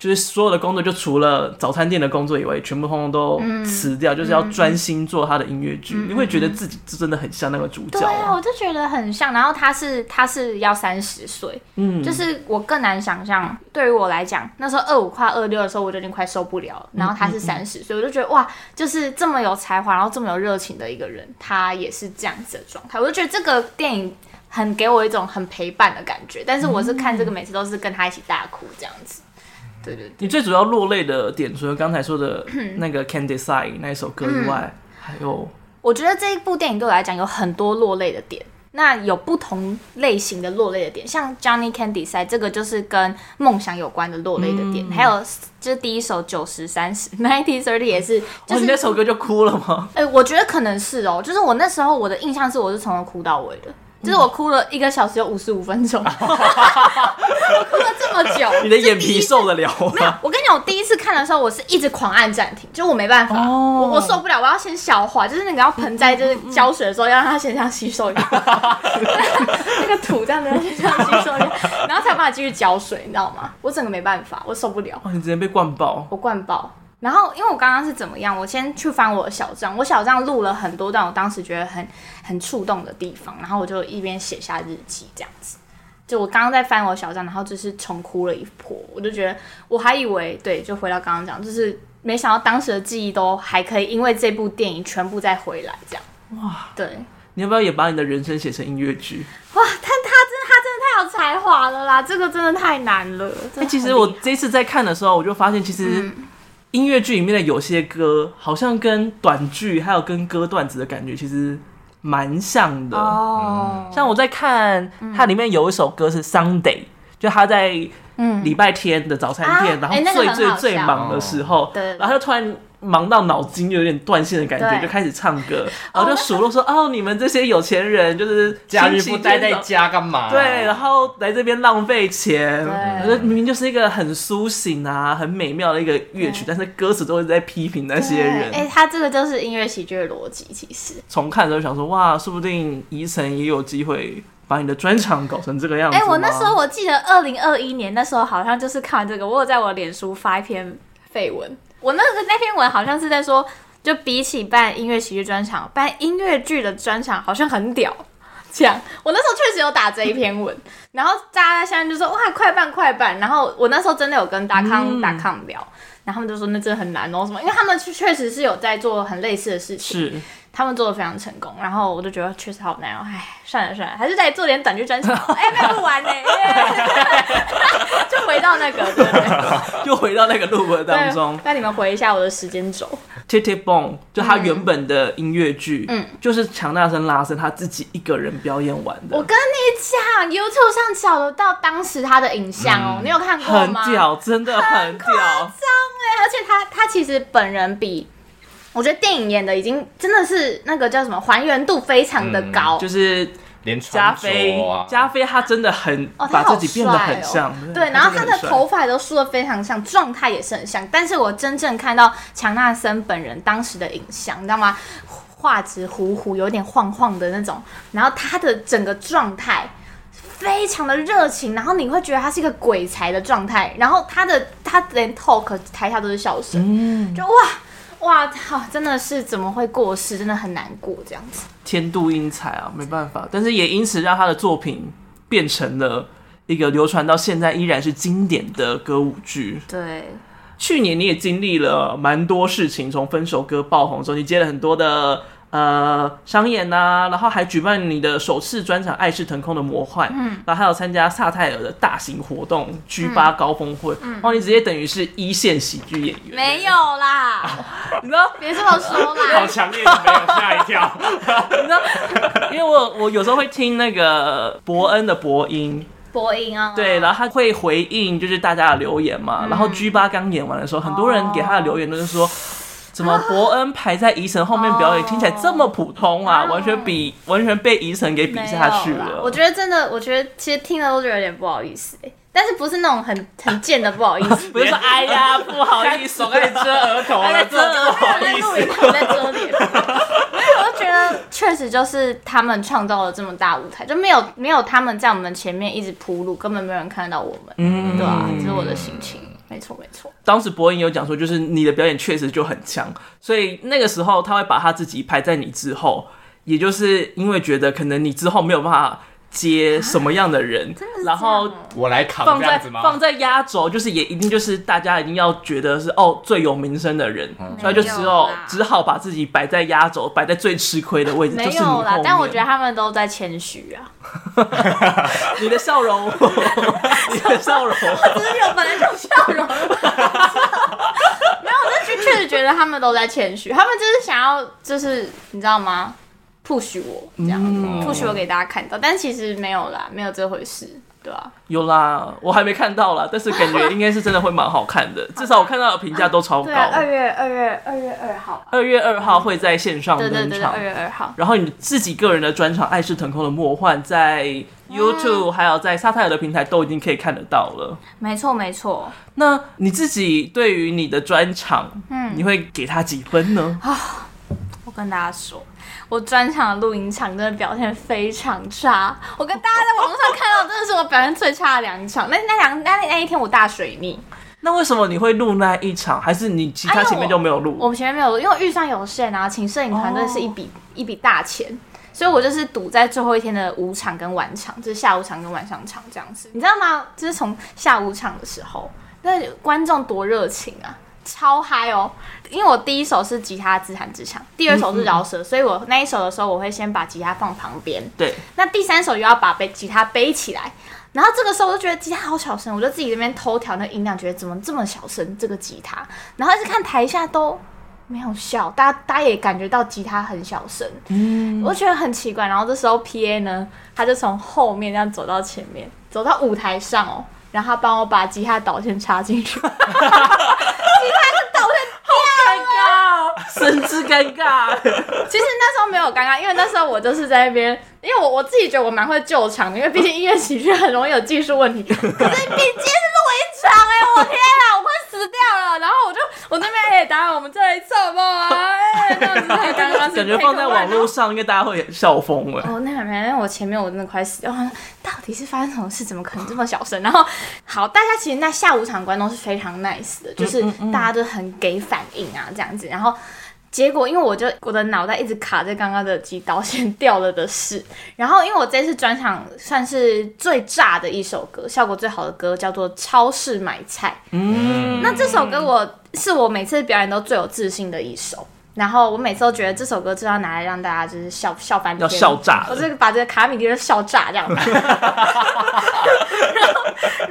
Speaker 4: 就是所有的工作，就除了早餐店的工作以外，全部通通都
Speaker 3: 嗯
Speaker 4: 辞掉，就是要专心做他的音乐剧。你会觉得自己真的很像那个主角
Speaker 3: 对啊，
Speaker 4: 吗，
Speaker 3: 我就觉得很像。然后他是他是要三十岁，
Speaker 4: 嗯，
Speaker 3: 就是我更难想象，对于我来讲，那时候二五快二六的时候，我就已经快受不了了。
Speaker 4: 嗯
Speaker 3: 然后他是三十岁，我就觉得哇，就是这么有才华，然后这么有热情的一个人，他也是这样子的状态。我就觉得这个电影很给我一种很陪伴的感觉。但是我是看
Speaker 4: 嗯
Speaker 3: 这个，每次都是跟他一起大哭这样子。对对
Speaker 4: 你最主要落泪的点，除了刚才说的
Speaker 3: 嗯
Speaker 4: 那个《Can Decide》那一首歌以外，还有
Speaker 3: 我觉得这一部电影对我来讲有很多落泪的点，那有不同类型的落泪的点，像《Johnny Candy》赛这个就是跟梦想有关的落泪的点，
Speaker 4: 嗯
Speaker 3: 还有就是第一首《九十三十 Ninety Thirty》也是，就
Speaker 4: 哦，
Speaker 3: 是
Speaker 4: 你那首歌就哭了吗？
Speaker 3: 哎、我觉得可能是哦，就是我那时候我的印象是我是从头哭到尾的，就是
Speaker 4: 嗯
Speaker 3: 我哭了一个小时有五十五分 钟，我哭了这么久，
Speaker 4: 你的眼皮受得了
Speaker 3: 没有
Speaker 4: 吗？，
Speaker 3: 我跟你讲，我第一次看的时候，我是一直狂按暂停，就我没办法，
Speaker 4: 哦
Speaker 3: 我我受不了，我要先消化，就是那个要盆栽，就是浇水的时候，要让它先这样吸收一下，那个土这样子先这样吸收一下，然后才有办法继续浇水，你知道吗？我整个没办法，我受不了，
Speaker 4: 哦，你直接被灌爆。
Speaker 3: 我灌爆。然后，因为我刚刚是怎么样，我先去翻我的小账，我小账录了很多段我当时觉得很很触动的地方，然后我就一边写下日记这样子。就我刚刚在翻我的小账，然后就是重哭了一波，我就觉得我还以为对，就回到刚刚讲，就是没想到当时的记忆都还可以，因为这部电影全部再回来这样。哇，对，哇，
Speaker 4: 你要不要也把你的人生写成音乐剧？
Speaker 3: 但他真的他真的太有才华了啦，这个真的太难了。
Speaker 4: 哎、
Speaker 3: 哎
Speaker 4: 其实我这次在看的时候，我就发现其实
Speaker 3: 嗯
Speaker 4: 音乐剧里面的有些歌，好像跟短剧还有跟歌段子的感觉其实蛮像的。
Speaker 3: 哦，
Speaker 4: 像我在看它里面有一首歌是《Sunday》，就他在
Speaker 3: 嗯
Speaker 4: 礼拜天的早餐店，
Speaker 3: 啊
Speaker 4: 然后
Speaker 3: 哎那个
Speaker 4: 最
Speaker 3: 很
Speaker 4: 最
Speaker 3: 好
Speaker 4: 最
Speaker 3: 笑
Speaker 4: 忙的时候，
Speaker 3: 对
Speaker 4: 然后他就突然。忙到脑筋有点断线的感觉，
Speaker 3: 对
Speaker 4: 就开始唱歌，然后就数落说：“哦，你们这些有钱人就是
Speaker 5: 假日
Speaker 4: 星
Speaker 5: 不
Speaker 4: 期
Speaker 5: 待
Speaker 4: 天
Speaker 5: 在
Speaker 4: 早
Speaker 5: 家干嘛？
Speaker 4: 对，然后来这边浪费钱，我觉
Speaker 3: 对
Speaker 4: 得明明就是一个很苏醒啊、很美妙的一个乐曲，但是歌词都是在批评那些人。
Speaker 3: 哎、他这个就是音乐喜剧的逻辑，其实。
Speaker 4: 重看的时候想说，哇，说不定宜城也有机会把你的专场搞成这个样子
Speaker 3: 哎、
Speaker 4: 吗。
Speaker 3: 我那时候我记得二零二一年那时候好像就是看完这个，我有在我脸书发一篇绯闻。我那个那篇文好像是在说，就比起办音乐喜剧专场，办音乐剧的专场好像很屌。 这样，我那时候确实有打这一篇 文，然后大家现在就说哇，快办快办。然后我那时候真的有跟达康
Speaker 4: 嗯
Speaker 3: 达康聊，然后他们就说那真的很难哦什么，因为他们确确实是有在做很类似的事情。
Speaker 4: 是
Speaker 3: 他们做的非常成功，然后我就觉得确实好难哦，唉，算了算了，还是再做点短剧专场， 哎，卖不完呢，耶 就回到那个对不对
Speaker 4: 又回到那个路文当中
Speaker 3: 对，那你们回一下我的时间轴，
Speaker 4: t i t i b o n 就他原本的音乐剧，
Speaker 3: 嗯，
Speaker 4: 就是强大声拉伸他自己一个人表演完
Speaker 3: 我
Speaker 4: 的，
Speaker 3: 跟你讲，YouTube 上找得到当时他的影像哦，你有看过
Speaker 4: 嗯很
Speaker 3: 吗？
Speaker 4: 屌，真的很屌。
Speaker 3: 对，而且他他其实本人比。我觉得电影演的已经真的是那个叫什么还原度非常
Speaker 4: 嗯
Speaker 3: 的高，
Speaker 4: 就是
Speaker 5: 连
Speaker 4: 加
Speaker 5: 穿
Speaker 4: 菲
Speaker 5: 着啊，，
Speaker 4: 加菲他真的很
Speaker 3: 哦，
Speaker 4: 把
Speaker 3: 他好
Speaker 4: 自己变得很
Speaker 3: 帅
Speaker 4: 像
Speaker 3: 哦，对，然后他
Speaker 4: 真
Speaker 3: 的
Speaker 4: 很帅
Speaker 3: 头发都梳得非常像，状态也是很像。但是我真正看到强纳森本人当时的影像，你知道吗？画质糊糊，有点晃晃的那种，然后他的整个状态。非常的热情，然后你会觉得他是一个鬼才的状态，然后他的他连 talk 台下都是笑声，
Speaker 4: 嗯
Speaker 3: 就哇哇，好，真的是怎么会过世，真的很难过这样子。
Speaker 4: 天妒英才啊，没办法，但是也因此让他的作品变成了一个流传到现在依然是经典的歌舞剧。
Speaker 3: 对，
Speaker 4: 去年你也经历了蛮多事情，从《分手歌》爆红之后，你接了很多的呃商演呐、然后还举办你的首次专场《爱是腾空的魔幻》，嗯，然后还有参加萨泰尔的大型活动 G 八高峰会，嗯，哇，你直接等于是一线喜剧演员，
Speaker 3: 没有
Speaker 4: 啊
Speaker 3: 啦，
Speaker 4: 你知道
Speaker 3: 别这么说
Speaker 5: 好
Speaker 3: 啦。
Speaker 5: 强烈的没有吓一跳。
Speaker 4: 因为我我有时候会听那个伯恩的播音，
Speaker 3: 播音啊，
Speaker 4: 对，然后他会回应就是大家的留言嘛。
Speaker 3: 嗯
Speaker 4: 然后 G 八刚演完的时候，很多人给他的留言都是
Speaker 3: 啊
Speaker 4: 说。怎么伯恩排在怡晨后面表演，
Speaker 3: 哦
Speaker 4: 听起来这么普通啊？
Speaker 3: 啊
Speaker 4: 完全比完全被怡晨给比下去
Speaker 3: 没有啦
Speaker 4: 了。，
Speaker 3: 我觉得真的，我觉得其实听了都觉得有点不好意思、欸，但是不是那种很很贱的不好意思
Speaker 4: 不是说哎呀不好意思，
Speaker 5: 手开始遮额 头
Speaker 4: 哎
Speaker 5: 了，
Speaker 4: 呀真的不好
Speaker 3: 我在
Speaker 4: 意
Speaker 3: 录
Speaker 4: 思。
Speaker 3: 影，我在遮 脸。因为我就觉得，确实就是他们创造了这么大舞台，就没有没有他们在我们前面一直铺路，根本没有人看得到我们，
Speaker 4: 嗯
Speaker 3: 对啊，这是我的心情，没错没错。
Speaker 4: 当时伯恩有讲说，就是你的表演确实就很强，所以那个时候他会把他自己排在你之后，也就是因为觉得可能你之后没有办法接什么样的人，然后
Speaker 6: 我来扛
Speaker 4: 放
Speaker 6: 哦这样
Speaker 4: 在
Speaker 6: 子吗？
Speaker 4: 放在压轴，就是也一定就是大家一定要觉得是哦最有名声的人，
Speaker 6: 嗯
Speaker 4: 所以就只
Speaker 3: 没有
Speaker 4: 有
Speaker 3: 啦
Speaker 4: 只好把自己摆在压轴，摆在最吃亏的位置，就
Speaker 3: 没
Speaker 4: 是你后
Speaker 3: 有啦
Speaker 4: 面，
Speaker 3: 但我觉得他们都在谦虚啊。
Speaker 4: 你的 笑容，你的笑容，
Speaker 3: 就是有本来就有笑容， 没有，我就确实觉得他们都在谦虚，他们就是想要，就是你知道吗？push 我这样、p u s h 我给大家看到，但其实没有啦，没有这回事，对啊吧、
Speaker 4: 有啦，我还没看到啦，但是感觉应该是真的会蛮好看的，至少我看到的评价都超高。
Speaker 3: 对啊，二月二月二月二号吧，
Speaker 4: 二月二号会在线上
Speaker 3: 对对
Speaker 4: 登
Speaker 3: 对，
Speaker 4: 场
Speaker 3: 二，月二号，
Speaker 4: 然后你自己个人的专场《爱是腾空的魔幻》在
Speaker 3: 嗯
Speaker 4: YouTube 还有在沙泰尔的平台都已经可以看得到了。
Speaker 3: 没错没错。
Speaker 4: 那你自己对于你的专场，
Speaker 3: 嗯
Speaker 4: 你会给他几分呢？
Speaker 3: 我跟大家说，我专场的录音场真的表现非常差。我跟大家在网络上看到，真的是我表现最差的两场。那那两那那一天我大水逆，
Speaker 4: 那为什么你会录那一场？还是你其
Speaker 3: 哎
Speaker 4: 他
Speaker 3: 呦
Speaker 4: 前面就没有
Speaker 3: 我
Speaker 4: 录？
Speaker 3: 们前面没有，因为预算有限啊，请摄影团队是一笔、
Speaker 4: 哦
Speaker 3: 一笔大钱，所以我就是赌在最后一天的午场跟晚场，就是下午场跟晚上场这样子，你知道吗？就是从下午场的时候，那观众多热情啊！超嗨哦！因为我第一首是吉他《自弹自唱》，第二首是饶
Speaker 4: 嗯
Speaker 3: 舌，所以我那一首的时候，我会先把吉他放旁边，
Speaker 4: 对，
Speaker 3: 那第三首又要把背吉他背起来，然后这个时候我就觉得吉他好小声，我就自己这边偷调那音量，觉得怎么这么小声这个吉他，然后一直看台下都没有笑，大家大家也感觉到吉他很小声，嗯，我觉得很奇怪。然后这时候 P A 呢，他就从后面这样走到前面，走到舞台上哦，然后他帮我把吉他导线插进去，吉 他的导线
Speaker 4: 尴尬，甚至尴尬。
Speaker 3: 其实那时候没有尴尬，因为那时候我就是在那边，因为我我自己觉得我蛮会救场的，因为毕竟音乐喜剧很容易有技术问题。 可是你竟是录音场哎、我天啊，我快死掉了！然后我就我那边哎，当然我们这里做梦啊，哎、这样子才刚刚是
Speaker 4: 感觉放在网络。上，应该大家会笑疯了。
Speaker 3: 哦，那很没，因为我前面我真的快死掉，我想到底是发生什么事？怎么可能这么小声？然后，好，大家其实那下午场观众是非常 nice 的，就是大家都很给反应啊，这样子。然后结果因为我就我的脑袋一直卡在刚刚的几导线掉了的事， 然后因为我这次专场算是最炸的一首歌，效果最好的歌叫做《超市买菜》。嗯，那这首歌我是我每次表演都最有自信的一首。然后我每次都觉得这首歌就是要拿来让大家就是笑笑翻天，
Speaker 4: 要笑炸了
Speaker 3: 我这个把这个卡米蒂都笑炸 这样子。然后，然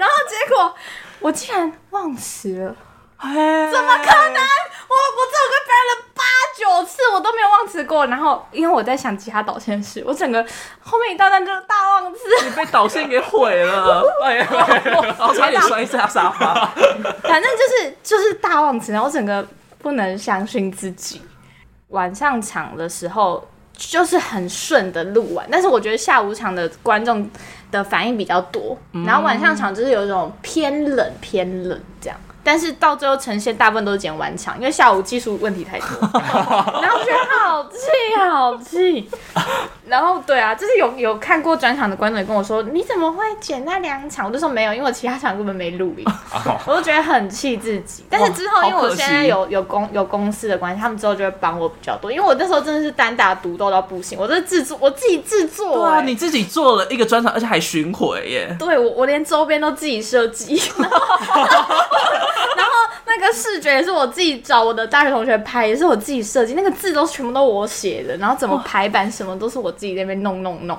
Speaker 3: 后结果我竟然忘词了。
Speaker 4: 哎，
Speaker 3: 哦怎么 可能？我我这首歌表演了八九次，我都没有忘词过。然后因为我在想吉他导线时，我整个后面一大段就是大忘词。
Speaker 4: 你被导线给 毁了？哎呀，我差点摔下沙发。
Speaker 3: 反正就是就是大忘词，然后整个不能相信自己。晚上场的时候就是很顺的录完，但是我觉得下午场的观众的反应比较多，然后晚上场就是有一种偏冷偏冷这样。但是到最后呈现大部分都是剪完场，因为下午技术问题太多，然后我觉得好气好气。然后对啊，就是有有看过专场的观众也跟我说，你怎么会剪那两场？我就说没有，因为我其他场根本没录影。我就觉得很气自己。但是之后，因为我现在有有公有公司的关系，他们之后就会帮我比较多。因为我那时候真的是单打独斗到不行，我这制作我自己制
Speaker 4: 对
Speaker 3: 作、
Speaker 4: 啊，
Speaker 3: 欸
Speaker 4: 你自己做了一个专场，而且还巡回耶。
Speaker 3: 对我我连周边都自己设计，然后然后那那个视觉也是我自己找我的大学同学拍，也是我自己设计，那个字都是全部都我写的，然后怎么排版什么都是我自己在那边弄弄弄。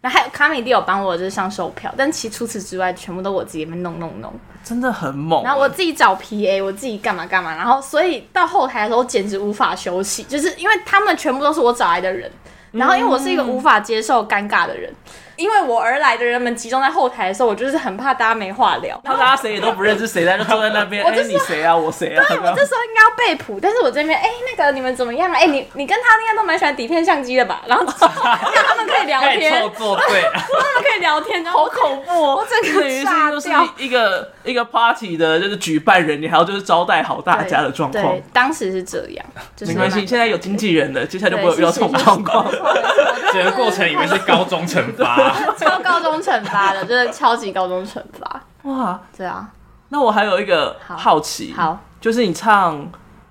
Speaker 3: 然后还有卡米蒂有帮我就是上售票，但其实除此之外全部都我自己在那边弄弄弄。
Speaker 4: 真的很猛。啊
Speaker 3: 然后我自己找 PA，我自己干嘛干嘛，然后所以到后台的时候简直无法休息，就是因为他们全部都是我找来的人，然后因为我是一个无法接受尴尬的人，因为我而来的人们集中在后台的时候，我就是很怕大家没话聊。
Speaker 4: 他大家谁也都不认识，谁在就坐在那边，哎、你谁啊，我谁啊？
Speaker 3: 对，我这 时候应该要被捕，但是我这边哎、那个你们怎么样啊？哎、你你跟他应该都蛮喜欢底片相机的吧？然后 让他们可以聊
Speaker 4: 哎
Speaker 5: 开始
Speaker 3: 天，
Speaker 5: 凑作对，
Speaker 3: 他们可以聊天，好恐怖、 哦，我整
Speaker 4: 等
Speaker 3: 个
Speaker 4: 于
Speaker 3: 炸
Speaker 4: 是就是
Speaker 3: 掉。
Speaker 4: 一个一个 party 的，就是举办人，你还要就是招待好大家的状况
Speaker 3: 对，。当时是这样，就是
Speaker 4: 没关系，
Speaker 3: 蛮
Speaker 4: 现在有经纪人了，接下来就
Speaker 3: 对
Speaker 4: 不会遇到这种状况。
Speaker 5: 整个过程里面是高中惩罚。
Speaker 3: 超高中惩罚的，就是超级高中惩罚。
Speaker 4: 哇，
Speaker 3: 对啊，
Speaker 4: 那我还有一个
Speaker 3: 好
Speaker 4: 好奇，
Speaker 3: 好，
Speaker 4: 就是你唱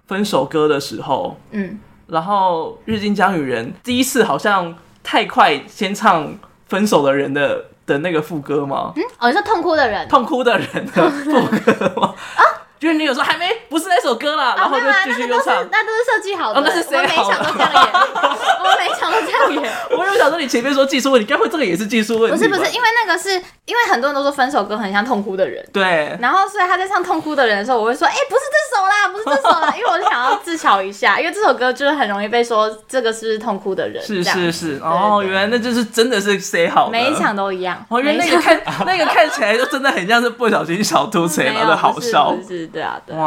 Speaker 4: 分手歌的时候，
Speaker 3: 嗯，
Speaker 4: 然后《日经江与人》第一次好像太快先唱分手的人的的那个副歌吗？
Speaker 3: 哦，你说痛哭的人，
Speaker 4: 痛哭的人的副歌吗？啊，就是你有时候还没不是那首歌啦，然后
Speaker 3: 啊
Speaker 4: 就
Speaker 3: 没有啊
Speaker 4: 继续
Speaker 3: 那
Speaker 4: 又
Speaker 3: 个都
Speaker 4: 唱
Speaker 3: 是。那都是设计好的，
Speaker 4: 哦那是谁
Speaker 3: 我每一
Speaker 4: 好的
Speaker 3: 场都这样演，我们每一场都这 样演。
Speaker 4: 我有想说，你前面说技术问题，该不会这个也是技术问
Speaker 3: 不
Speaker 4: 题？
Speaker 3: 是不是，，因为那个是因为很多人都说分手歌很像痛哭的人，
Speaker 4: 对，
Speaker 3: 然后所以他在唱痛哭的人的时候，我会说，哎、不是这首啦，不是这 首啦，因为我就想要自嘲一下，因为这首歌就是很容易被说这个是不是痛哭的人，
Speaker 4: 是
Speaker 3: 这样
Speaker 4: 是是，哦，
Speaker 3: 对
Speaker 4: 原来那就是真的是 say 好的
Speaker 3: 每一场。都一样。
Speaker 4: 哦，原来
Speaker 3: 每一
Speaker 4: 那个
Speaker 3: 场
Speaker 4: 看那个看起来就真的很像是不小心小偷贼
Speaker 3: 嗯没有
Speaker 4: 了的好
Speaker 3: 不是
Speaker 4: 笑
Speaker 3: 不是对啊对啊。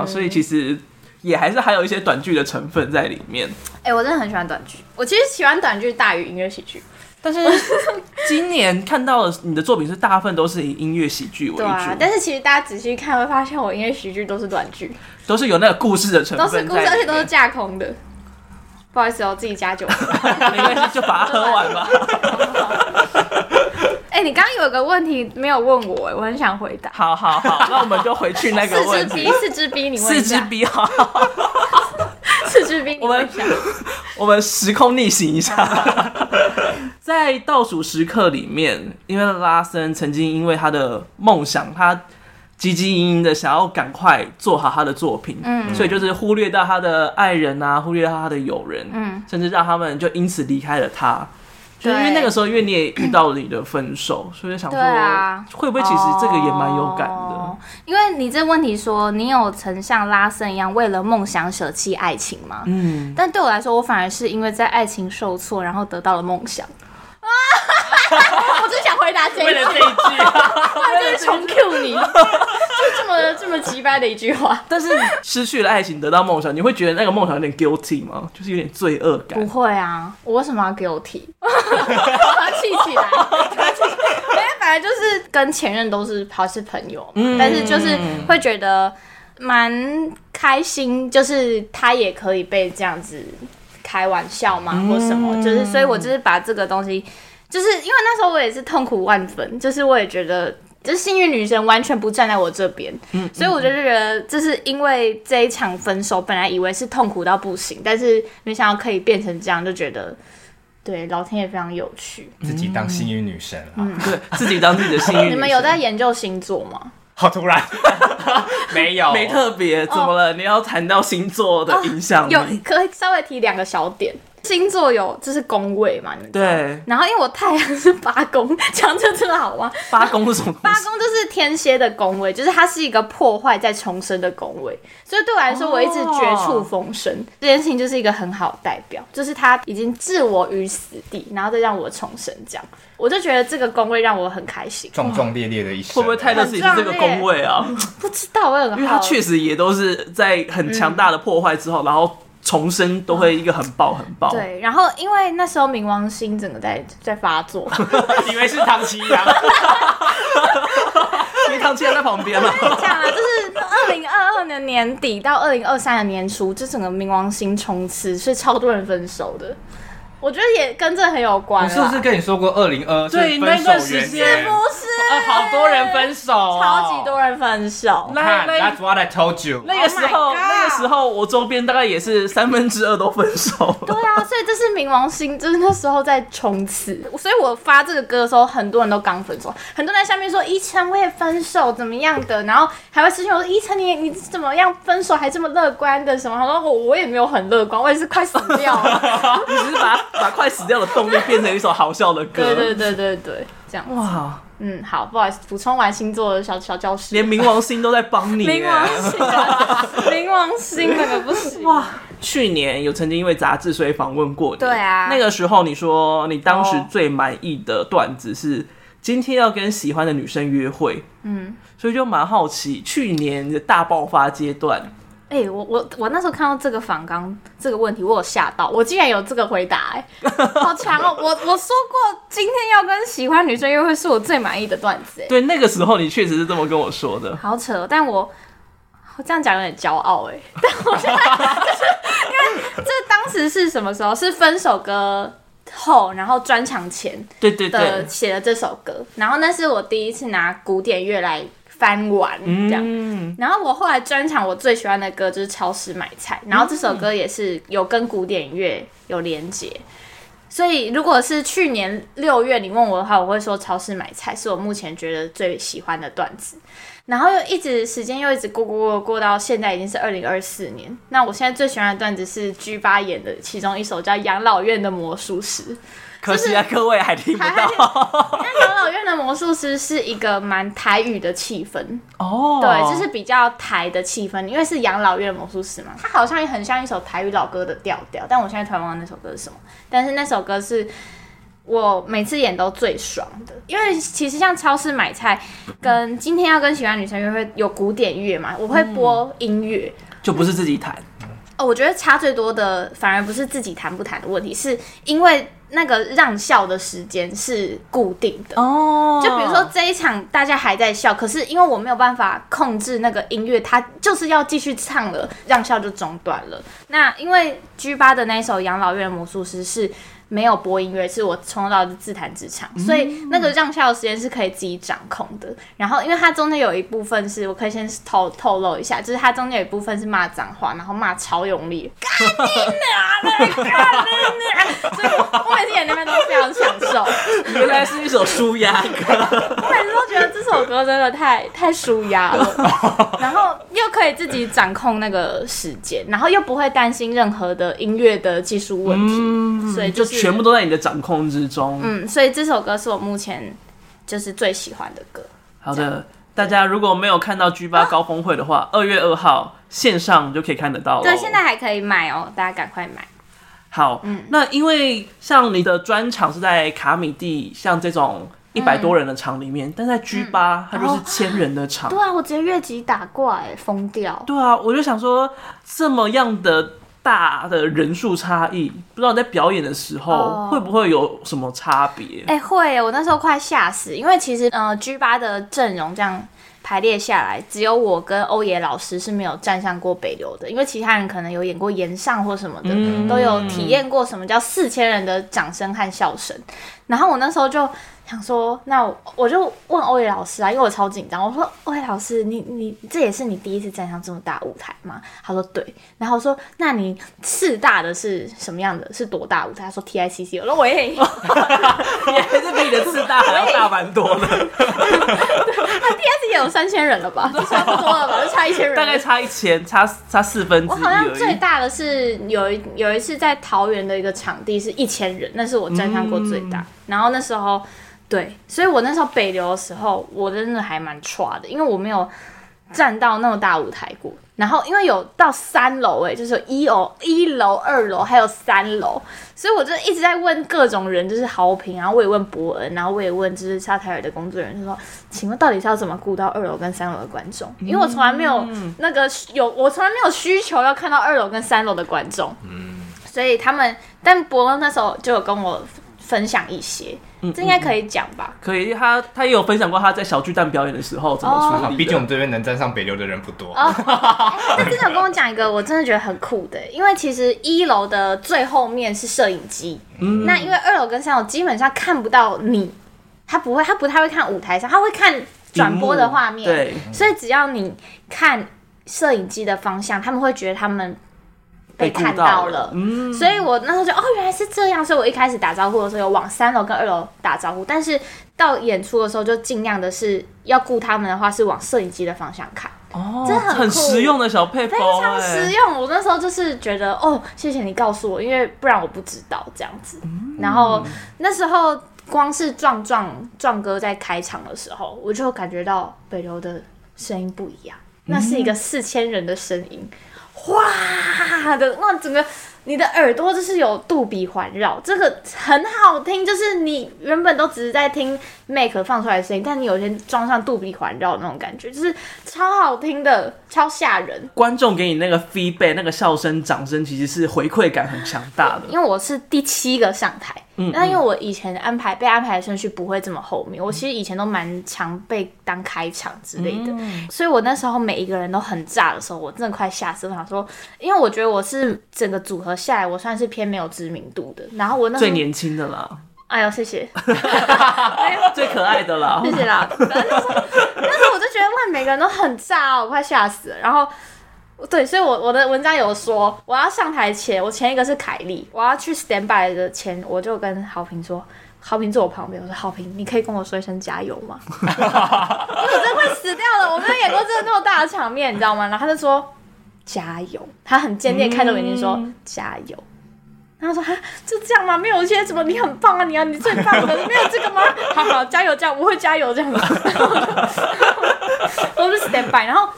Speaker 4: 哇，所以其实也还是还有一些短剧的成分在里面。
Speaker 3: 哎、我真的很喜欢短剧，我其实喜欢短剧大于音乐喜剧。
Speaker 4: 但是 今年看到的你的作品是大部分都是以音乐喜剧为主，
Speaker 3: 对啊，但是其实大家仔细看会发现，我音乐喜剧都是短剧，
Speaker 4: 都是有那个故事的成
Speaker 3: 都
Speaker 4: 分
Speaker 3: 是
Speaker 4: 在里面，
Speaker 3: 故事，而且都是架空的。不好意思哦，我自己加 酒。
Speaker 4: 没关系，就把它喝完吧。
Speaker 3: 哎、你刚刚有个问题没有问我，哎我很想回答。
Speaker 4: 好好好，那我们就回去那个
Speaker 3: 四
Speaker 4: 问
Speaker 3: 支
Speaker 4: 题
Speaker 3: 笔，。四支笔，你问一
Speaker 4: 四支
Speaker 3: 下。
Speaker 4: 笔好，
Speaker 3: 四支笔，你
Speaker 4: 我们
Speaker 3: 问一下。
Speaker 4: 我们时空逆行 一下，在倒数时刻里面，因为拉森曾经因为他的梦想，他汲汲营营的想要赶快做好他的作品，
Speaker 3: 嗯
Speaker 4: 所以就是忽略到他的爱人啊，忽略到他的友人，
Speaker 3: 嗯，
Speaker 4: 甚至让他们就因此离开了他。就是因为
Speaker 3: 对
Speaker 4: 那个时候，因为你也遇到了你的分手，所以就想说，
Speaker 3: 对啊
Speaker 4: 会不会其实这个也蛮有感的？
Speaker 3: 哦因为你这问题说，你有曾像拉森一样为了梦想舍弃爱情吗？
Speaker 4: 嗯，
Speaker 3: 但对我来说，我反而是因为在爱情受挫，然后得到了梦想。啊！ 我就想回答这
Speaker 5: 为
Speaker 3: 一
Speaker 5: 了
Speaker 3: 句，
Speaker 5: 这一 句，
Speaker 3: 他就是穷 Q 你，就这么这么直白的一句话。
Speaker 4: 但是失去了爱情，得到梦想，你会觉得那个梦想有点 guilty 吗？就是有点罪恶感
Speaker 3: 不。会啊，我为什么要给我提？ 我要气起来。因为反正就是跟前任都是还是朋友嘛，但是就是会觉得蛮开心，就是他也可以被这样子开玩笑嘛，或什么，就是所以我就是把这个东西，就是因为那时候我也是痛苦万分，就是我也觉得。就是幸运女神完全不站在我这边，所以我就是觉得，就是因为这一场分手，本来以为是痛苦到不行，但是没想到可以变成这样，就觉得对老天也非常有趣。
Speaker 5: 自己当幸运女神啊了，
Speaker 4: 对自己当自己的幸运女神。
Speaker 3: 你们有在研究星座吗？
Speaker 5: 好突然， 没有，
Speaker 4: 没特别？怎么了？你要谈到星座的影响力？
Speaker 3: 哦有，可以稍微提两个小点。星座有就是宫位嘛，你们知道吗
Speaker 4: 对
Speaker 3: 然后因为我太阳是八宫，讲这真的好吗？
Speaker 4: 八公是什么东
Speaker 3: 八
Speaker 4: 西？
Speaker 3: 宫就是天蝎的宫位，就是它是一个破坏再重生的宫位，所以对我来说，我一直绝处逢生、这件事情就是一个很好的代表，就是它已经置我于死地，然后再让我重生，这样我就觉得这个宫位让我很开心。
Speaker 5: 壮壮烈烈的一生，
Speaker 4: 会不会泰勒斯也是这个宫位啊？
Speaker 3: 不知道我有个
Speaker 4: 因为他
Speaker 3: 好
Speaker 4: 确实也都是在很强大的破坏之后，然后重生都会一个很爆很爆。
Speaker 3: 对，然后因为那时候冥王星整个在在发作，
Speaker 5: 以为是唐奇阳？
Speaker 4: 因为汤七在旁 边嘛。
Speaker 3: 讲了，啊就是二零二二年年底到二零二三年年初，这整个冥王星冲刺，所以超多人分手的。我觉得也跟这很有关
Speaker 5: 我
Speaker 3: 啦
Speaker 4: 哦
Speaker 5: 是不是跟你说过二零二？
Speaker 4: 对那段时间
Speaker 3: 不是
Speaker 4: 哎，好多人分手、哦，
Speaker 3: 超级。多人分手。
Speaker 4: 那
Speaker 5: 看
Speaker 4: 那
Speaker 5: ，That's what I told you。
Speaker 4: 那个时候
Speaker 3: Oh my god
Speaker 4: 那个时候我周边大概也是三分之二都分手了。
Speaker 3: 对啊，所以这是冥王星，就是那时候在冲刺。 所以我发这个歌的时候，很多人都刚分手，很多人在下面说：“依晨，我也分手，怎么样的？”然后还会私信我说：“依晨，你你怎么样分手还这么乐观的什么？”他说：“我我也没有很乐观，我也是快死掉了。
Speaker 4: 你只是把把快死掉的动力变成一首好笑的”歌。
Speaker 3: 对对对对对，这样。
Speaker 4: 哇，
Speaker 3: 嗯，好，不好意思，补充完星座的小小教室。
Speaker 4: 连冥王星都在帮你耶。
Speaker 3: 冥王星 啊，冥王星那个不行。
Speaker 4: 哇，去年有曾经因为杂志所以访问过你，
Speaker 3: 对啊
Speaker 4: 那个时候你说你当时
Speaker 3: 哦
Speaker 4: 最满意的段子是今天要跟喜欢的女生约会，嗯，所以就蛮好奇去年的大爆发阶段，
Speaker 3: 哎、我我我那时候看到这个反纲这个问题，我有吓到，我竟然有这个回答、 哎，好强哦！我我说过，今天要跟喜欢女生约会是我最满意的段子、哎，
Speaker 4: 对，那个时候你确实是这么跟我说的，
Speaker 3: 好扯哦，但我我这样讲有点骄傲、哎，但我现在就是因为这当时是什么时候？是分手歌后，然后专场前，
Speaker 4: 对对对
Speaker 3: 的，写了这首歌，然后那是我第一次拿古典乐来翻玩这
Speaker 4: 嗯
Speaker 3: 样。然后我后来专场我最喜欢的歌就是《超市买菜》，然后这首歌也是有跟古典乐有连结。所以，如果是去年六月你问我的话，我会说《超市买菜》是我目前觉得最喜欢的段子。然后又一直时间又一直过过过过到现在已经是二零二四年。那我现在最喜欢的段子是 G 八演的其中一首叫《养老院的魔术师》。
Speaker 4: 可惜啊，各位还听不
Speaker 3: 还还
Speaker 4: 到
Speaker 3: 但养老院的魔术师是一个蛮台语的气氛，
Speaker 4: 哦，
Speaker 3: 对，就是比较台的气氛，因为是养老院魔术师嘛，它好像也很像一首台语老歌的调调，但我现在突然忘了那首歌是什么，但是那首歌是。我每次演都最爽的，因为其实像超市买菜，跟今天要跟喜欢的女生约会有古典乐嘛，我会播音乐，
Speaker 4: 就不是自己弹，
Speaker 3: 哦，我觉得差最多的反而不是自己弹不弹的问题，是因为那个让笑的时间是固定的哦。就比如说这一场大家还在笑，可是因为我没有办法控制那个音乐，它就是要继续唱了，让笑就中断了。那因为 G 八的那一首《养老院的魔术师》是。没有播音乐，是我从头到尾就自弹自唱，所以那个让笑的时间是可以自己掌控的。然后，因为它中间有一部分是我可以先透透露一下，就是它中间有一部分是骂脏话，然后骂超用 力，干你娘的，干你娘！所以我我每次演那边都非常享受，
Speaker 4: 原来是一首舒 压歌，
Speaker 3: 我每次都觉得这首歌真的太太舒压 了，然后又可以自己掌控那个时间，然后又不会担心任何的音乐的技术问题，所以
Speaker 4: 嗯就是全部都在你的掌控之中，
Speaker 3: 嗯，所以这首歌是我目前就是最喜欢的歌。
Speaker 4: 好的，大家如果没有看到 G
Speaker 3: 啊
Speaker 4: 八高峰会的话，二月二号线上就可以看得到了。
Speaker 3: 对，现在嗯还可以买哦，大家赶快买。
Speaker 4: 好，那因为像你的专场是在卡米蒂，像这种
Speaker 3: 嗯
Speaker 4: 一百多人的场里面，但在 G 八它就是千人的
Speaker 3: 哦
Speaker 4: 场。
Speaker 3: 对啊，我直接越级打怪、疯掉。
Speaker 4: 对啊，我就想说这么样的。大的人数差异，不知道你在表演的时候
Speaker 3: 哦
Speaker 4: 会不会有什么差别？
Speaker 3: 哎、会耶，我那时候快吓死，因为其实呃 G 八的阵容这样排列下来，只有我跟欧野老师是没有站上过北流的，因为其他人可能有演过岩上或什么的，都有体验过什么叫四千人的掌声和笑声。然后我那时候就想说，那我我就问欧野老师啊，因为我超紧张，我说欧野老师，你你这也是你第一次站上这么大舞台吗？他说对，然后我说那你次大的是什么样的？是多大舞台？他说 TICC，我说喂。
Speaker 4: 也还是比你的次大还要大蛮多的，
Speaker 3: PS 也有三千人了 吧？差不多了吧，就差一千人。
Speaker 4: 大概差一千，差差四分之
Speaker 3: 我
Speaker 4: 一
Speaker 3: 好像
Speaker 4: 而
Speaker 3: 最
Speaker 4: 已。
Speaker 3: 大的是有一有一次在桃园的一个场地是一千人，那是我站上过最大。
Speaker 4: 嗯
Speaker 3: 然后那时候，对，所以我那时候北流的时候，我真的还蛮差的，因为我没有站到那么大舞台过。然后因为有到三楼，哎，就是有一楼、一楼、二楼还有三楼，所以我就一直在问各种人，就是好评，然后我也问伯恩，然后我也问就是沙泰尔的工作人员，就说，请问到底是要怎么顾到二楼跟三楼的观众？因为我从来没有那个有，我从来没有需求要看到二楼跟三楼的观众，所以他们，但伯恩那时候就有跟我分享一些，这应该可以讲吧？
Speaker 4: 可以，他他也有分享过他在小巨蛋表演的时候怎么处理的。
Speaker 5: 毕竟我们这边能站上北流的人不多。
Speaker 3: 哦， 哎他真的有跟我讲一个，我真的觉得很酷的，因为其实一楼的最后面是摄影机，那因为二楼跟三楼基本上看不到你。他不会，他不太会看舞台上，他会看转播的画面。
Speaker 4: 对，
Speaker 3: 所以只要你看摄影机的方向，他们会觉得他们被
Speaker 4: 顾
Speaker 3: 看
Speaker 4: 到
Speaker 3: 到了。嗯，所以我那时候就哦，原来是这样。所以我一开始打招呼的时候有往三楼跟二楼打招呼，但是到演出的时候就尽量的是要顾他们的话，是往摄影机的方向看。
Speaker 4: 哦，
Speaker 3: 真的很
Speaker 4: 很
Speaker 3: 酷
Speaker 4: 实用的小配
Speaker 3: 非
Speaker 4: 包、
Speaker 3: 常
Speaker 4: 哎，
Speaker 3: 实用。我那时候就是觉得，哦，谢谢你告诉我，因为不然我不知道这样子。然后那时候光是壮壮壮哥在开场的时候，我就感觉到北流的声音不一样，那是一个四千人的声音，哗的，那整个。你的耳朵就是有杜比环绕，这个很好听。就是你原本都只是在听 Make 放出来的声音，但你有一天装上杜比环绕那种感觉，就是超好听的，超吓人。
Speaker 4: 观众给你那个 feedback，那个笑声、掌声，其实是回馈感很强大的。
Speaker 3: 因为我是第七个上台，
Speaker 4: 嗯
Speaker 3: 那、因为我以前安排被安排的顺序不会这么后面，我其实以前都蛮常被当开场之类的，
Speaker 4: 嗯
Speaker 3: 所以我那时候每一个人都很炸的时候，我真的快吓死，我想说，因为我觉得我是整个组合下来，我算是偏没有知名度的，然后我那时
Speaker 4: 最
Speaker 3: 候，
Speaker 4: 年轻的啦，
Speaker 3: 哎呦谢 谢，
Speaker 4: 最可爱的啦
Speaker 3: 哎谢，谢啦。反正那时候，那时候我就觉得哇，每个人都很炸哦，我快吓死了。然后，对，所以我我的文章有说，我要上台前，我前一个是凯莉，我要去 stand by 的前，我就跟好评说。好评坐我旁边，我说好评，你可以跟我说一声加油吗？ 因为我真的快死掉了，我没有演过这么大的场面，你知道吗？然后他就说加油，他很坚定地看着我眼睛说、加油。然后说哈，就这样吗？没有一些什么你很棒啊，你啊，你最棒的， 没有这个吗？好好加油，这样我会加油这样子。 我就 stand by，然后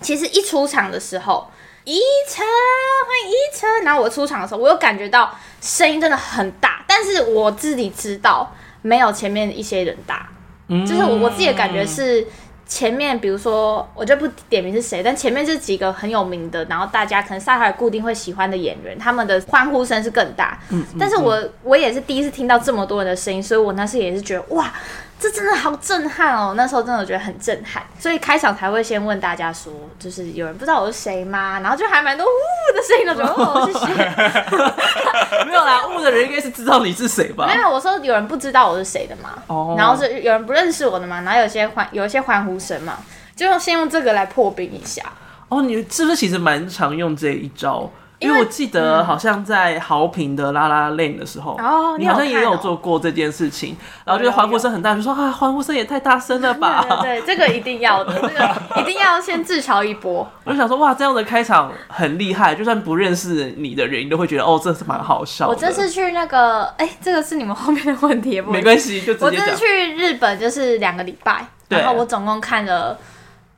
Speaker 3: 其实一出场的时候，一晨欢迎一晨，然后我出场的时候，我有感觉到声音真的很大，但是我自己知道没有前面一些人大，就是我我自己的感觉是。前面比如说，我就不点名是谁，但前面这几个很有名的，然后大家可能萨海尔固定会喜欢的演员，他们的欢呼声是更大。但是我我也是第一次听到这么多人的声音，所以我那时也是觉得哇，这真的好震撼哦！那时候真的觉得很震撼，所以开场才会先问大家说，就是有人不知道我是谁吗？然后就还蛮多呜的声音的，觉得哦，谢谢。
Speaker 4: 没有啦，误的人应该是知道你是谁吧
Speaker 3: 没？有，我说有人不知道我是谁的嘛，
Speaker 4: 哦
Speaker 3: 然后是有人不认识我的嘛，然后有些欢有一些欢呼声嘛，就用先用这个来破冰一下。
Speaker 4: 哦，你是不是其实蛮常用这一招？因
Speaker 3: 因
Speaker 4: 为
Speaker 3: 为嗯
Speaker 4: 我记得好像在豪平的拉拉 lane 的时候，
Speaker 3: 哦
Speaker 4: 你
Speaker 3: 你有
Speaker 4: 好像也
Speaker 3: 看哦
Speaker 4: 有做过这件事情，然后就是欢呼声很大，就说啊，欢呼声也太大声了吧？
Speaker 3: 对对对，这个一定要的，这 个一定要先自嘲一波。
Speaker 4: 我就想说，哇，这样的开场很厉害，就算不认识你的人，你都会觉得哦，这是蛮好笑的。
Speaker 3: 我这次去那个，哎、这个是你们后面的问题，不好意
Speaker 4: 没
Speaker 3: 思
Speaker 4: 关系，就直
Speaker 3: 我
Speaker 4: 接
Speaker 3: 这次
Speaker 4: 讲。
Speaker 3: 去日本就是两个礼拜，
Speaker 4: 对
Speaker 3: 然后我总共看了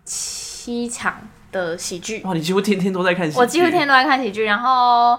Speaker 3: 七场的喜剧，
Speaker 4: 哇，你几乎天天都在看喜剧，
Speaker 3: 我几乎 天天都在看喜剧。然后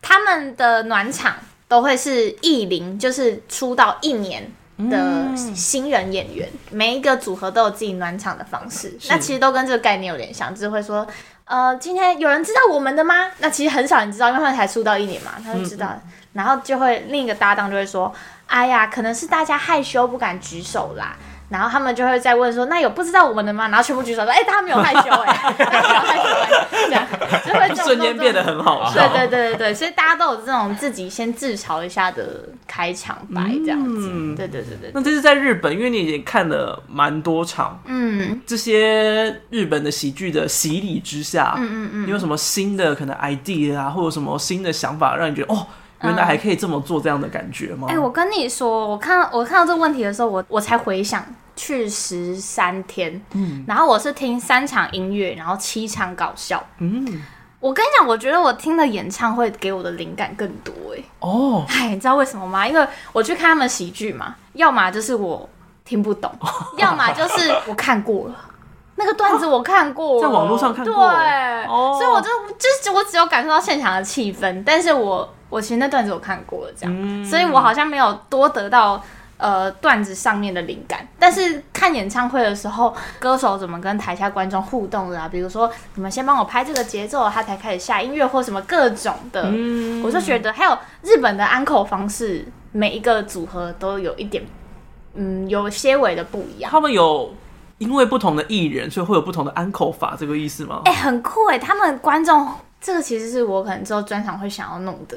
Speaker 3: 他们的暖场都会是艺龄，就是出道一年
Speaker 4: 嗯
Speaker 3: 的新人演员，每一个组合都有自己暖场的方式。那其实都跟这个概念有点像，就是会说。呃，今天有人知道我们的吗？那其实很少人知道，因为他们才出道一年嘛，他就知
Speaker 4: 嗯
Speaker 3: 道了。然后就会另一个搭档就会说：“哎呀，可能是大家害羞不敢举手啦。”然后他们就会再问说：“那有不知道我们的吗？”然后全部举手说：“哎、他们有害羞哎、他们有害羞哎、这样就会这种
Speaker 4: 瞬间变得很好笑。
Speaker 3: 对对对对对，所以大家都有这种自己先自嘲一下的开场白这样子。对对对对，
Speaker 4: 那这次在日本，因为你也看了蛮多场
Speaker 3: 嗯，
Speaker 4: 这些日本的喜剧的洗礼之下，嗯嗯嗯，你有什么新的可能 idea 啊，或者什么新的想法，让你觉得哦，原来还可以这么做这样的感觉吗？
Speaker 3: 嗯哎、我跟你说，我看我看到这个问题的时候，我我才回想去十三天，嗯，然后我是听三场音乐，然后七场搞笑，嗯。我跟你讲，我觉得我听了演唱会给我的灵感更多哎、
Speaker 4: 哦，
Speaker 3: 哎，你知道为什么吗？因为我去看他们喜剧嘛，要么就是我听不懂， 要么就是我看过了。那个段子我看过了、
Speaker 4: 在网络上看过
Speaker 3: 对，
Speaker 4: 哦
Speaker 3: 所以我就就是我只有感受到现场的气氛，但是我我其实那段子我看过了，这样，
Speaker 4: 嗯
Speaker 3: 所以我好像没有多得到呃段子上面的灵感。但是看演唱会的时候，歌手怎么跟台下观众互动的啊？比如说你们先帮我拍这个节奏，他才开始下音乐或什么各种的，我就觉得还有日本的安口方式，每一个组合都有一点，嗯，有些微的不一样。
Speaker 4: 他们有因为不同的艺人，所以会有不同的安口法，这个意思吗？
Speaker 3: 哎、很酷哎！他们观众，这个其实是我可能之后专场会想要弄的。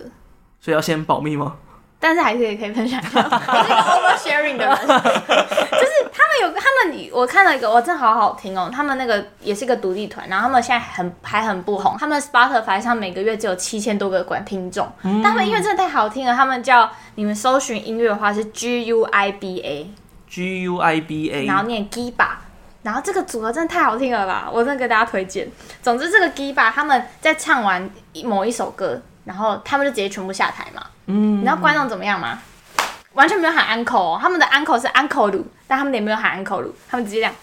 Speaker 4: 所以要先保密吗？
Speaker 3: 但是还是也可以分享一下，我是一个 oversharing 的人， 就是他们有他们，我看了一个，我真的好好听哦，他们那个也是一个独立团，然后他们现在很还很不红，他们 Spotify 上每个月只有七千多个观听众，但他们音乐真的太好听了，他们叫你们搜寻音乐的话是 G U I B A，
Speaker 4: G U I B A，
Speaker 3: 然后念 Giba。然后这个组合真的太好听了吧！我真的给大家推荐。总之，这个 Giba 他们在唱完某一首歌，然后他们就直接全部下台嘛。嗯，你知道观众怎么样吗？完全没有喊 uncle，、哦、他们的 uncle 是 uncle 鲁，但他们也没有喊 uncle 鲁，他们直接这样。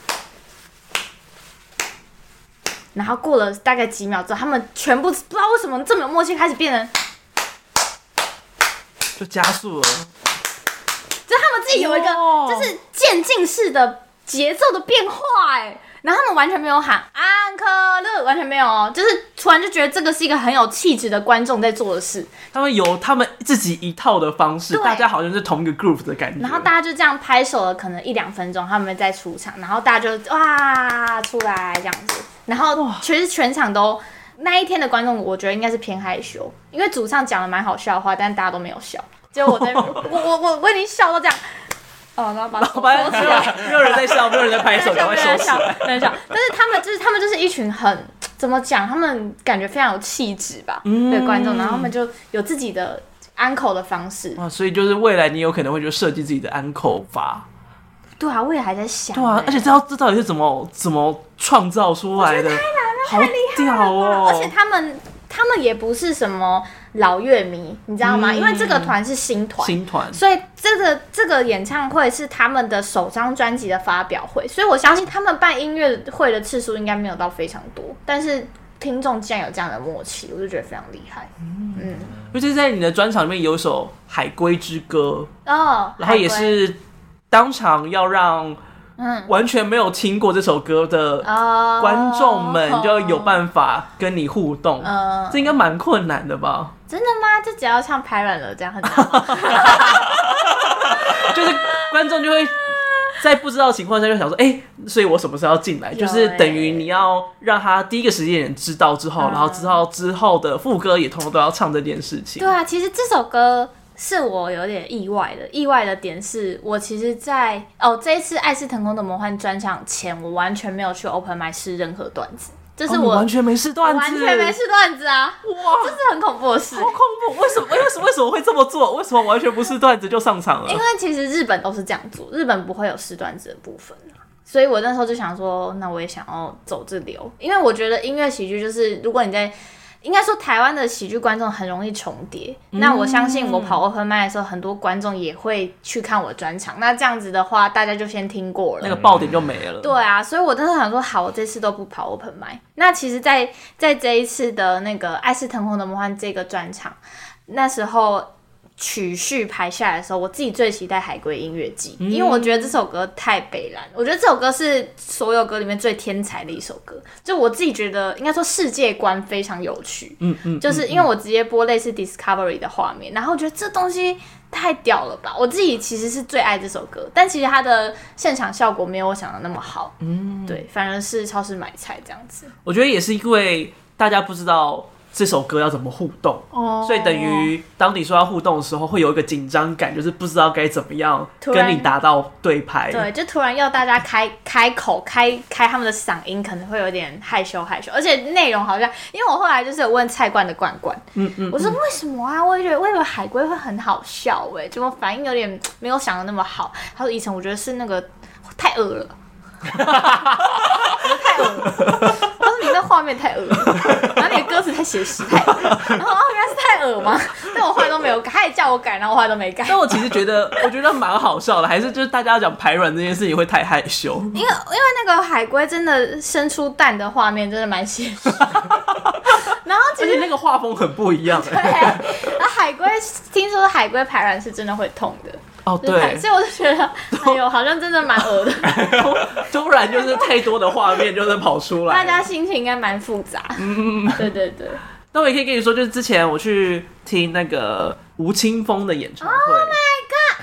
Speaker 3: 然后过了大概几秒之后，他们全部不知道为什么这么有默契，开始变成，
Speaker 4: 就加速了，
Speaker 3: 就他们自己有一个
Speaker 4: 哦
Speaker 3: 就是渐进式的节奏的变化，哎，然后他们完全没有喊 uncle 鲁，完全没有哦，就是突然就觉得这个是一个很有气质的观众在做的事，
Speaker 4: 他们有他们自己一套的方式，
Speaker 3: 对
Speaker 4: 大家好像是同一个 group 的感觉。
Speaker 3: 然后大家就这样拍手了，可能一两分钟，他们再出场，然后大家就哇出来这样子，然后其实全场都那一天的观众，我觉得应该是偏害羞，因为主唱讲了蛮好笑的话，但大家都没有笑，结果我在 我我我我已经笑到这样，哦，然后把老
Speaker 4: 好吧，没有人没有人在笑，没有人在拍手，赶快
Speaker 3: 没有人
Speaker 4: 收起
Speaker 3: 笑，
Speaker 4: 来。
Speaker 3: 没有人笑。但是他们就是他们就是一群很怎么讲，他们感觉非常有气质吧
Speaker 4: 嗯
Speaker 3: 的观众，然后他们就有自己的 uncle 的方式。
Speaker 4: 哇，所以就是未来你有可能会就设计自己的安口法，
Speaker 3: 对啊，我也还在想欸、
Speaker 4: 对啊，而且这要这到底是怎么怎么创造出来
Speaker 3: 哎
Speaker 4: 的？好屌哦！
Speaker 3: 而且他们他们也不是什么老乐迷，你知道吗？
Speaker 4: 嗯
Speaker 3: 因为这个团是新团。
Speaker 4: 新团
Speaker 3: 所以这个这个演唱会是他们的首张专辑的发表会，所以我相信他们办音乐会的次数应该没有到非常多，但是听众既然有这样的默契，我就觉得非常厉害。
Speaker 4: 嗯尤其是在你的专场里面有一首《海龟之歌》，
Speaker 3: 哦，
Speaker 4: 然后也是当场要让
Speaker 3: 嗯
Speaker 4: 完全没有听过这首歌的
Speaker 3: 哦，
Speaker 4: 观众们就有办法跟你互动，
Speaker 3: 嗯
Speaker 4: 这应该蛮困难的吧？
Speaker 3: 真的吗？这只要唱排卵了，这样很难吗
Speaker 4: 就是观众就会。在不知道的情况下，就想说，哎、所以我什么时候要进来？就是
Speaker 3: 欸
Speaker 4: 等于你要让他第一个时间点知道之后，
Speaker 3: 嗯
Speaker 4: 然后知道之后的副歌也通通都要唱这件事情
Speaker 3: 对。啊，其实这首歌是我有点意外的。意外的点是我其实在，哦这一次《爱是腾空的魔幻》专场前，我完全没有去 open m i 试任何段子，这是
Speaker 4: 哦你
Speaker 3: 我、
Speaker 4: 完全没事
Speaker 3: 我
Speaker 4: 段子，
Speaker 3: 完全没试哦段子啊，
Speaker 4: 哇，
Speaker 3: 这是很恐怖的事。
Speaker 4: 好恐怖！为什么？为什么？为什么会这么做？为什么完全不是段子就上场了
Speaker 3: 因？为其实日本都是这样做，日本不会有试段子的部分啊所以我那时候就想说，那我也想要走这流，因为我觉得音乐喜剧就是，如果你在应该说台湾的喜剧观众很容易重叠，那我相信我
Speaker 4: 嗯
Speaker 3: 跑 open m i 的时候，很多观众也会去看我专场。那这样子的话，大家就先听过了
Speaker 4: 那。个爆点就没了。
Speaker 3: 对啊，所以我当时想说，好，我这次都不跑 open m i 那其实在，在这一次的那个《爱是腾空的魔幻》这个专场，那时候曲序排下来的时候，我自己最期待《海龟音乐季》
Speaker 4: 嗯
Speaker 3: 因为我觉得这首歌太北蓝，我觉得这首歌是所有歌里面最天才的一首歌，就我自己觉得应该说世界观非常有趣。
Speaker 4: 嗯嗯，
Speaker 3: 就是因为我直接播类似 Discovery 的画面，然后我觉得这东西太屌了吧！我自己其实是最爱这首歌，但其实它的现场效果没有我想的那么好。嗯，对，反而是超市买菜这样子。
Speaker 4: 我觉得也是因为大家不知道这首歌要怎么互动，
Speaker 3: 哦
Speaker 4: 所以等于当你说要互动的时候，会有一个紧张感，就是不知道该怎么样
Speaker 3: 突然
Speaker 4: 跟你达到对拍。
Speaker 3: 对，就突然要大家开开口开开他们的嗓音，可能会有点害羞害羞，而且内容好像，因为我后来就是有问菜罐的罐罐，嗯嗯，我说为什么啊？我也觉得我以为海龟会很好笑哎、结果反应有点没有想的那么好。他说以前我觉得是那个太恶了。 我说你那画面太恶了，然后你的歌词太写 实，太恶了。然后哦，原来是太恶吗？但我话都没有改，他也叫我改，然后我话都没改。
Speaker 4: 但我其实觉得，我觉得蛮好笑的，还是就是大家讲排卵这件事情会太害羞。
Speaker 3: 因为因为那个海龟真的生出蛋的画面真的蛮写实，然后其
Speaker 4: 而且
Speaker 3: 实
Speaker 4: 那个画风很不一样、欸
Speaker 3: 对，啊海龟听说海龟排卵是真的会痛的，
Speaker 4: 哦，
Speaker 3: 就是排
Speaker 4: 对，
Speaker 3: 所以我就觉得哎呦好像真的蛮恶 的，
Speaker 4: 突然就是太多的画面就是跑出来
Speaker 3: 大
Speaker 4: 了，
Speaker 3: 家心情应该蛮复杂，
Speaker 4: 嗯
Speaker 3: 对对对，
Speaker 4: 那我也可以跟你说，就是之前我去听那个吴青峰的演唱会
Speaker 3: 哦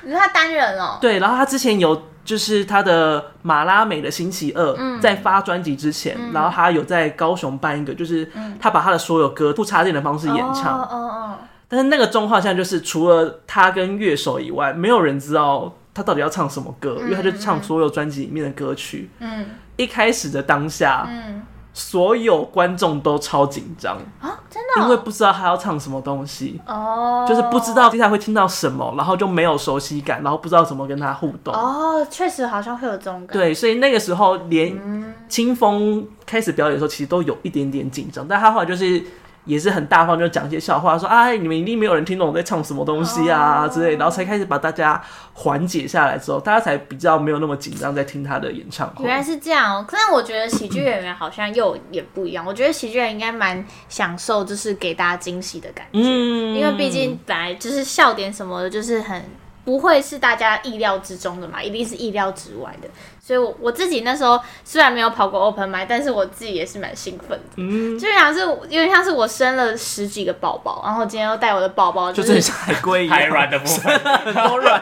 Speaker 3: 你说他单人哦，
Speaker 4: 对，然后他之前有就是他的马拉美的星期二，
Speaker 3: 嗯
Speaker 4: 在发专辑之前，然后他有在高雄办一个，就是他把他的所有歌不插电的方式演唱，
Speaker 3: 嗯哦哦哦，
Speaker 4: 但是那个状况下就是，除了他跟乐手以外，没有人知道他到底要唱什么歌，因为他就唱所有专辑里面的歌曲。
Speaker 3: 嗯
Speaker 4: 一开始的当下，
Speaker 3: 嗯
Speaker 4: 所有观众都超紧张，
Speaker 3: 啊，真的哦、
Speaker 4: 因为不知道他要唱什么东西，
Speaker 3: 哦，
Speaker 4: 就是不知道接下来会听到什么，然后就没有熟悉感，然后不知道怎么跟他互动。
Speaker 3: 哦，确实好像会有这种感觉。
Speaker 4: 对，所以那个时候
Speaker 3: 嗯
Speaker 4: 连清风开始表演的时候，其实都有一点点紧张，但他后来就是也是很大方，就讲一些笑话，说哎，你们一定没有人听懂我在唱什么东西啊、
Speaker 3: 哦
Speaker 4: 之类，然后才开始把大家缓解下来之后，大家才比较没有那么紧张在听他的演唱会
Speaker 3: 原。来是这样哦，可是我觉得喜剧演员好像又也不一样。我觉得喜剧演员应该蛮享受，就是给大家惊喜的感觉，
Speaker 4: 嗯
Speaker 3: 因为毕竟本来就是笑点什么的，就是很不会是大家意料之中的嘛，一定是意料之外的。所以我，我自己那时候虽然没有跑过 open mic，但是我自己也是蛮兴奋的，
Speaker 4: 嗯，
Speaker 3: 就像是有点像是我生了十几个宝宝，然后今天又带我的宝宝，
Speaker 4: 就是是像海龟一样，
Speaker 5: 排卵的部分，
Speaker 4: 很多软，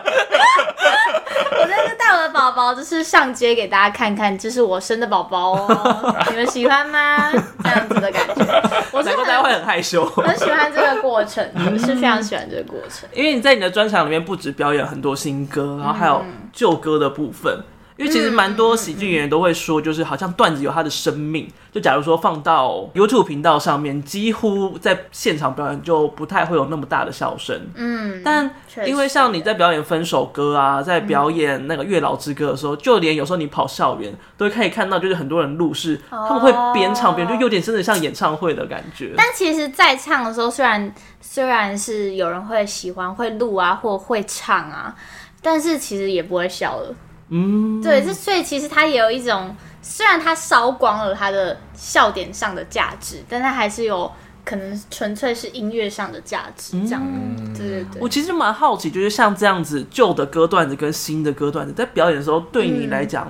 Speaker 3: 我真是带我的宝宝，就是上街给大家看看，这是我生的宝宝哦，你们喜欢吗？这样子的感觉， 我是
Speaker 4: 难怪大家会
Speaker 3: 很
Speaker 4: 很嗯 害羞。
Speaker 3: 很喜欢这个过程，我是非常喜欢这个过程。
Speaker 4: 因为你在你的专场里面不止表演很多新歌，
Speaker 3: 嗯
Speaker 4: 然后还有旧歌的部分。因为其实蛮多喜剧演员都会说，就是好像段子有它的生命。就假如说放到 YouTube 频道上面，几乎在现场表演就不太会有那么大的笑声。
Speaker 3: 嗯，
Speaker 4: 但
Speaker 3: 确实
Speaker 4: 因为像你在表演分手歌啊，在表演那个月老之歌的时候，就连有时候你跑校园，都可以看到，就是很多人录是
Speaker 3: 哦
Speaker 4: 他们会边唱边，就有点真的像演唱会的感觉。
Speaker 3: 但其实，在唱的时候，虽然虽然是有人会喜欢会录啊，或会唱啊，但是其实也不会笑了。嗯，对，这所以其实它也有一种，虽然它烧光了它的笑点上的价值，但它还是有可能纯粹是音乐上的价值这样。对对
Speaker 4: 我
Speaker 3: 对。
Speaker 4: 其实蛮好奇，就是像这样子旧的歌段子跟新的歌段子，在表演的时候，对你来讲、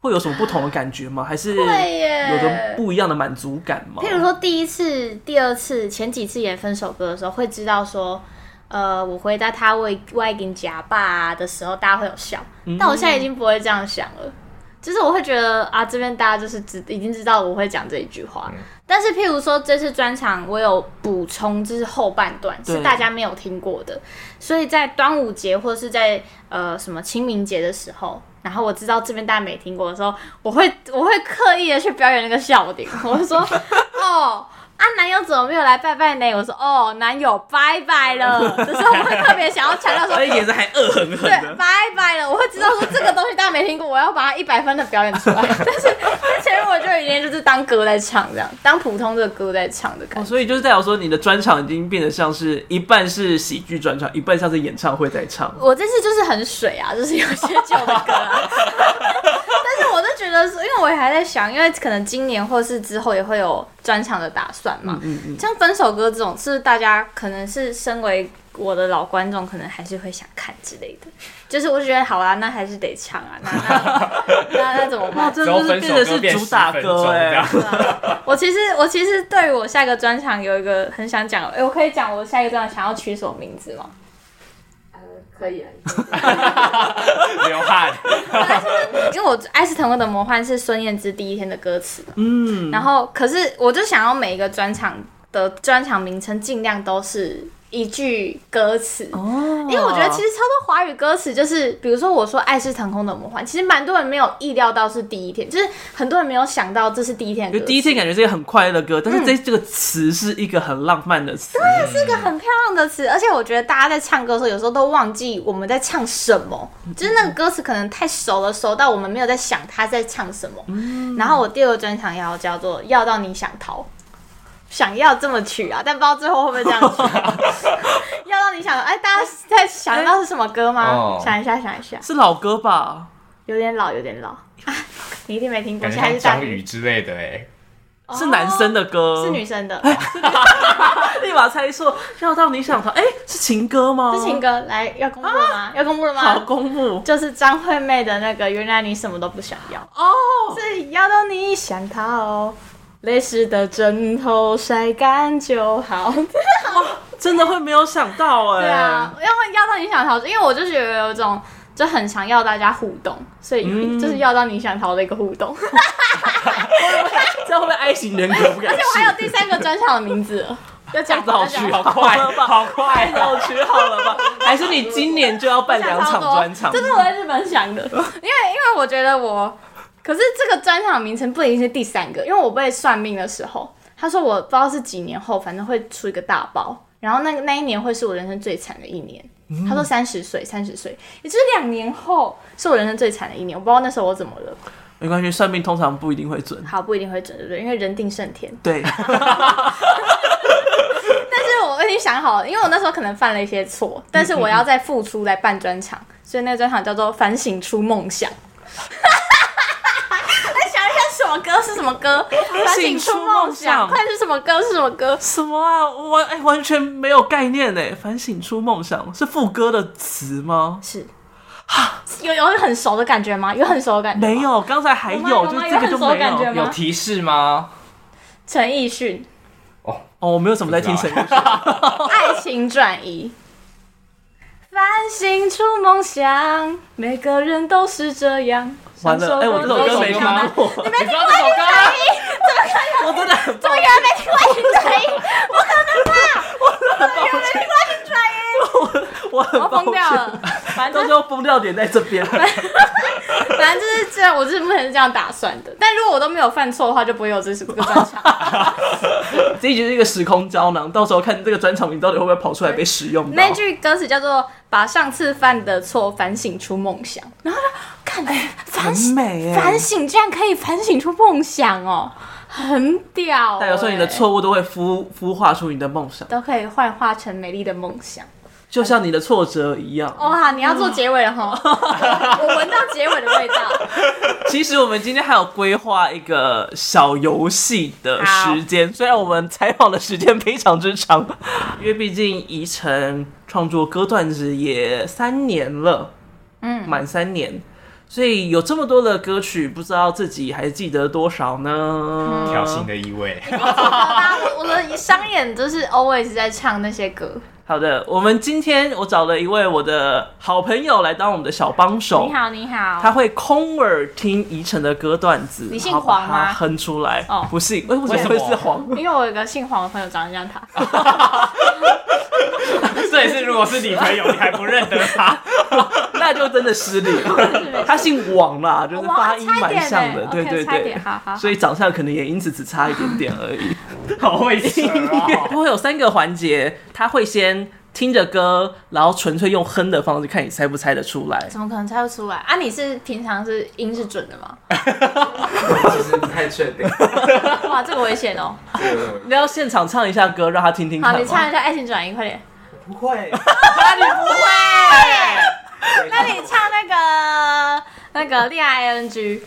Speaker 4: 会有什么不同的感觉吗？还是有
Speaker 3: 会耶
Speaker 4: 着不一样的满足感吗？
Speaker 3: 譬如说第一次、第二次、前几次演分手歌的时候，会知道说，呃，我回答他为外给夹吧啊的时候，大家会有笑。但我现在已经不会这样想了，就是我会觉得啊，这边大家就是知已经知道我会讲这一句话。但是譬如说这次专场，我有补充，就是后半段
Speaker 4: 对
Speaker 3: 是大家没有听过的，所以在端午节或是在呃什么清明节的时候。然后我知道这边大家没听过的时候，我会我会刻意的去表演那个笑点，我会说哦啊，男友怎么没有来拜拜呢？我说哦，男友拜拜了，就是我会特别想要强调说
Speaker 4: 而且眼哎神还恶狠狠
Speaker 3: 对，
Speaker 4: 的，
Speaker 3: 拜拜了。我会知道说这个东西大家没听过，我要把它一百分的表演 出来。但是但前面我就已经就是当歌在唱这样，当普通的歌在唱的感
Speaker 4: 哦
Speaker 3: 觉。
Speaker 4: 所以就是代表说，你的专场已经变得像是一半是喜剧专场，一半像是演唱会在唱。
Speaker 3: 我这次就是很水啊，就是有些旧的歌 啊。但是我就觉得说，因为我也还在想，因为可能今年或是之后也会有专场的打算嘛。
Speaker 4: 嗯嗯，
Speaker 3: 像分手歌这种，是不是大家可能是身为我的老观众，可能还是会想看之类的。就是我就觉得好啦，那还是得唱啊，那那那那怎么办？
Speaker 4: 这
Speaker 5: 然后
Speaker 4: 就是
Speaker 5: 分
Speaker 4: 变
Speaker 5: 手
Speaker 4: 得
Speaker 5: 歌
Speaker 4: 是
Speaker 5: 变
Speaker 4: 主打
Speaker 5: 10分钟
Speaker 4: 歌
Speaker 5: 这
Speaker 4: 哎、
Speaker 5: 样
Speaker 3: 对啊我其实我其实对我下一个专场有一个很想讲，哎、我可以讲我下一个专场想要取什么名字吗？
Speaker 6: 可以啊，
Speaker 5: 流汗，
Speaker 3: 因为我《爱是同个的魔幻》是孙燕姿第一天的歌词嘛，
Speaker 4: 嗯，
Speaker 3: 然后可是我就想要每一个专场的专场名称尽量都是一句歌词，
Speaker 4: 哦
Speaker 3: 因为我觉得其实超多华语歌词就是，比如说我说“爱是腾空的魔幻”，其实蛮多人没有意料到是第一天，就是很多人没有想到这是第一天的
Speaker 4: 就
Speaker 3: 歌词。
Speaker 4: 第一天感觉是一个很快乐的歌，但是这这个词是一个很浪漫的词，
Speaker 3: 是一个很漂亮的词，而且我觉得大家在唱歌的时候，有时候都忘记我们在唱什么，
Speaker 5: 嗯
Speaker 3: 就是那个歌词可能太熟了，熟到我们没有在想他在唱什么。
Speaker 5: 嗯
Speaker 3: 然后我第二个专场要叫做“要到你想逃”，想要这么取啊，但不知道最后会不会这样取。 要到你想，哎，大家在想得到是什么歌吗？
Speaker 5: 哦
Speaker 3: 想一下，想一下，
Speaker 4: 是老歌吧？
Speaker 3: 有点老，有点老啊，你一定没听过，
Speaker 5: 感觉
Speaker 3: 现在
Speaker 5: 像
Speaker 3: 是大
Speaker 5: 张宇之类的哎，
Speaker 4: 是男生的歌，
Speaker 3: 是女生的，
Speaker 4: 立马猜错，要到你想逃，哎、是情歌吗？
Speaker 5: 哦
Speaker 3: 是情，歌，来要公布了
Speaker 5: 啊
Speaker 3: 吗？要公布了吗？
Speaker 4: 好公布
Speaker 3: 就是张惠妹的那个，原来你什么都不想要，
Speaker 4: 哦，
Speaker 3: 是要到你想逃，泪湿的枕头晒干就好。
Speaker 4: 真的会没有想到哎、
Speaker 3: 对啊，要不要到你想逃，因为我就觉得有一种就很想要大家互动，所以
Speaker 4: 嗯
Speaker 3: 就是要到你想逃的一个互动。
Speaker 4: 这会不会 I 型人格不敢
Speaker 3: 而且我还
Speaker 4: 信？
Speaker 3: 有第三个专场的名字了，要 讲
Speaker 4: 老
Speaker 3: 要
Speaker 4: 曲，
Speaker 3: 讲
Speaker 4: 好快，好快，老曲好 了吧？还是你今年就要办两场专场
Speaker 3: 这？是我在日本 想的，因为因为我觉得我，可是这个专场名称不一定是第三个，因为我被算命的时候，他说我不知道是几年后，反正会出一个大包，然后那个那一年会是我人生最惨的一年。
Speaker 4: 嗯
Speaker 3: 他说三十岁，三十岁，也就是两年后是我人生最惨的一年。我不知道那时候我怎么了，
Speaker 4: 没关系，算命通常不一定会准。
Speaker 3: 好不一定会准，对不对？因为人定胜天。
Speaker 4: 对，
Speaker 3: 但是我已经想好了，因为我那时候可能犯了一些错，但是我要再付出来办专场，所以那个专场叫做《反省出梦想》。 来想一下什么歌是什么歌？反省
Speaker 4: 省出
Speaker 3: 出
Speaker 4: 梦
Speaker 3: 梦
Speaker 4: 想
Speaker 3: 想，快是什么歌是什么歌？
Speaker 4: 什么啊？我哎、完全没有概念哎！反省出梦想是副歌的词吗？
Speaker 3: 是，有有很熟的感觉吗？有很熟的感觉吗？
Speaker 4: 没有，刚才还
Speaker 3: 有
Speaker 4: 有，
Speaker 3: 吗
Speaker 4: 就
Speaker 3: 有吗
Speaker 4: 这个就
Speaker 3: 有很熟的
Speaker 4: 没
Speaker 3: 感觉
Speaker 4: 有。
Speaker 3: 吗
Speaker 5: 有提示吗？
Speaker 3: 陈奕迅
Speaker 4: 哦，我没有什么在听陈奕迅。
Speaker 3: 《爱情转移》。反省出梦想，每个人都是这样。
Speaker 4: 完 了，哎、我这首歌没听过，
Speaker 5: 你不知道这首歌？
Speaker 4: 我真的很抱
Speaker 3: 我原来没听过《爱情转移》，我很怕。
Speaker 4: 歉，我很
Speaker 3: 我
Speaker 4: 抱
Speaker 3: 疯掉
Speaker 4: 歉。
Speaker 3: 了，反
Speaker 4: 到
Speaker 3: 正
Speaker 4: 时候疯掉点在这 边，
Speaker 3: 反正就是这样，我是目前是这样打算的。但如果我都没有犯错的话，就不会有这首歌专场。
Speaker 4: 这一集是一个时空胶囊，到时候看这个专场名到底会不会跑出来被使用到
Speaker 3: 那。句歌词叫做“把上次犯的错反省出梦想”，然后就看
Speaker 4: 哎
Speaker 3: 反
Speaker 4: 很
Speaker 3: 省、
Speaker 4: 美哎、
Speaker 3: 反省，竟然可以反省出梦想哦，很屌、欸！
Speaker 4: 代表说你的错误都会孵孵化出你的梦想，
Speaker 3: 都可以幻化成美丽的梦想。
Speaker 4: 就像你的挫折一样。
Speaker 3: 哇，你要做结尾了 哈，我闻到结尾的味道。
Speaker 4: 其实我们今天还有规划一个小游戏的时间，虽然我们采访的时间非常之长，因为毕竟宜城创作歌段子也三年了，嗯，满三年，所以有这么多的歌曲，不知道自己还记得多少呢？
Speaker 5: 挑衅的意味。
Speaker 3: 好啦，我我的商演就是 always 在唱那些歌。
Speaker 4: 好的，我们今天我找了一位我的好朋友来当我们的小帮手
Speaker 3: 你，好，你好。
Speaker 4: 哦他会空耳听宜城的歌段子，
Speaker 3: 你姓
Speaker 4: 然后把
Speaker 3: 黄吗
Speaker 4: 它哼出来，
Speaker 3: 哦
Speaker 4: 不姓，哎为什么会
Speaker 5: 为什么
Speaker 4: 是黄？
Speaker 3: 因为我有一个姓黄的朋友长得像他，
Speaker 5: 这也是，如果是你朋友，你还不认得他，
Speaker 4: 那就真的 失礼了。他姓王啦，就是发音蛮像的，
Speaker 3: 哇差
Speaker 4: 对
Speaker 3: 一点欸
Speaker 4: 对
Speaker 3: OK，差一
Speaker 4: 对
Speaker 3: 点好好，好
Speaker 4: 所以长相可能也因此只差一点点而 已。
Speaker 5: 好会听
Speaker 3: 啊
Speaker 5: 哦。
Speaker 4: 他会啊有三个环节，他会先听着歌，然后纯粹用哼的方式看你猜不猜得出来。
Speaker 3: 怎么可能猜不出来啊？你是平常是音是准的 吗？
Speaker 7: 其实不太确定。
Speaker 3: 哇，这个危险哦！
Speaker 4: 你要现场唱一下歌，让他听听看
Speaker 3: 好，
Speaker 4: 吗。
Speaker 3: 你唱一下《爱情转移》，快点。
Speaker 7: 不会，
Speaker 3: 啊，你不会？那你唱那个那个恋爱 NG，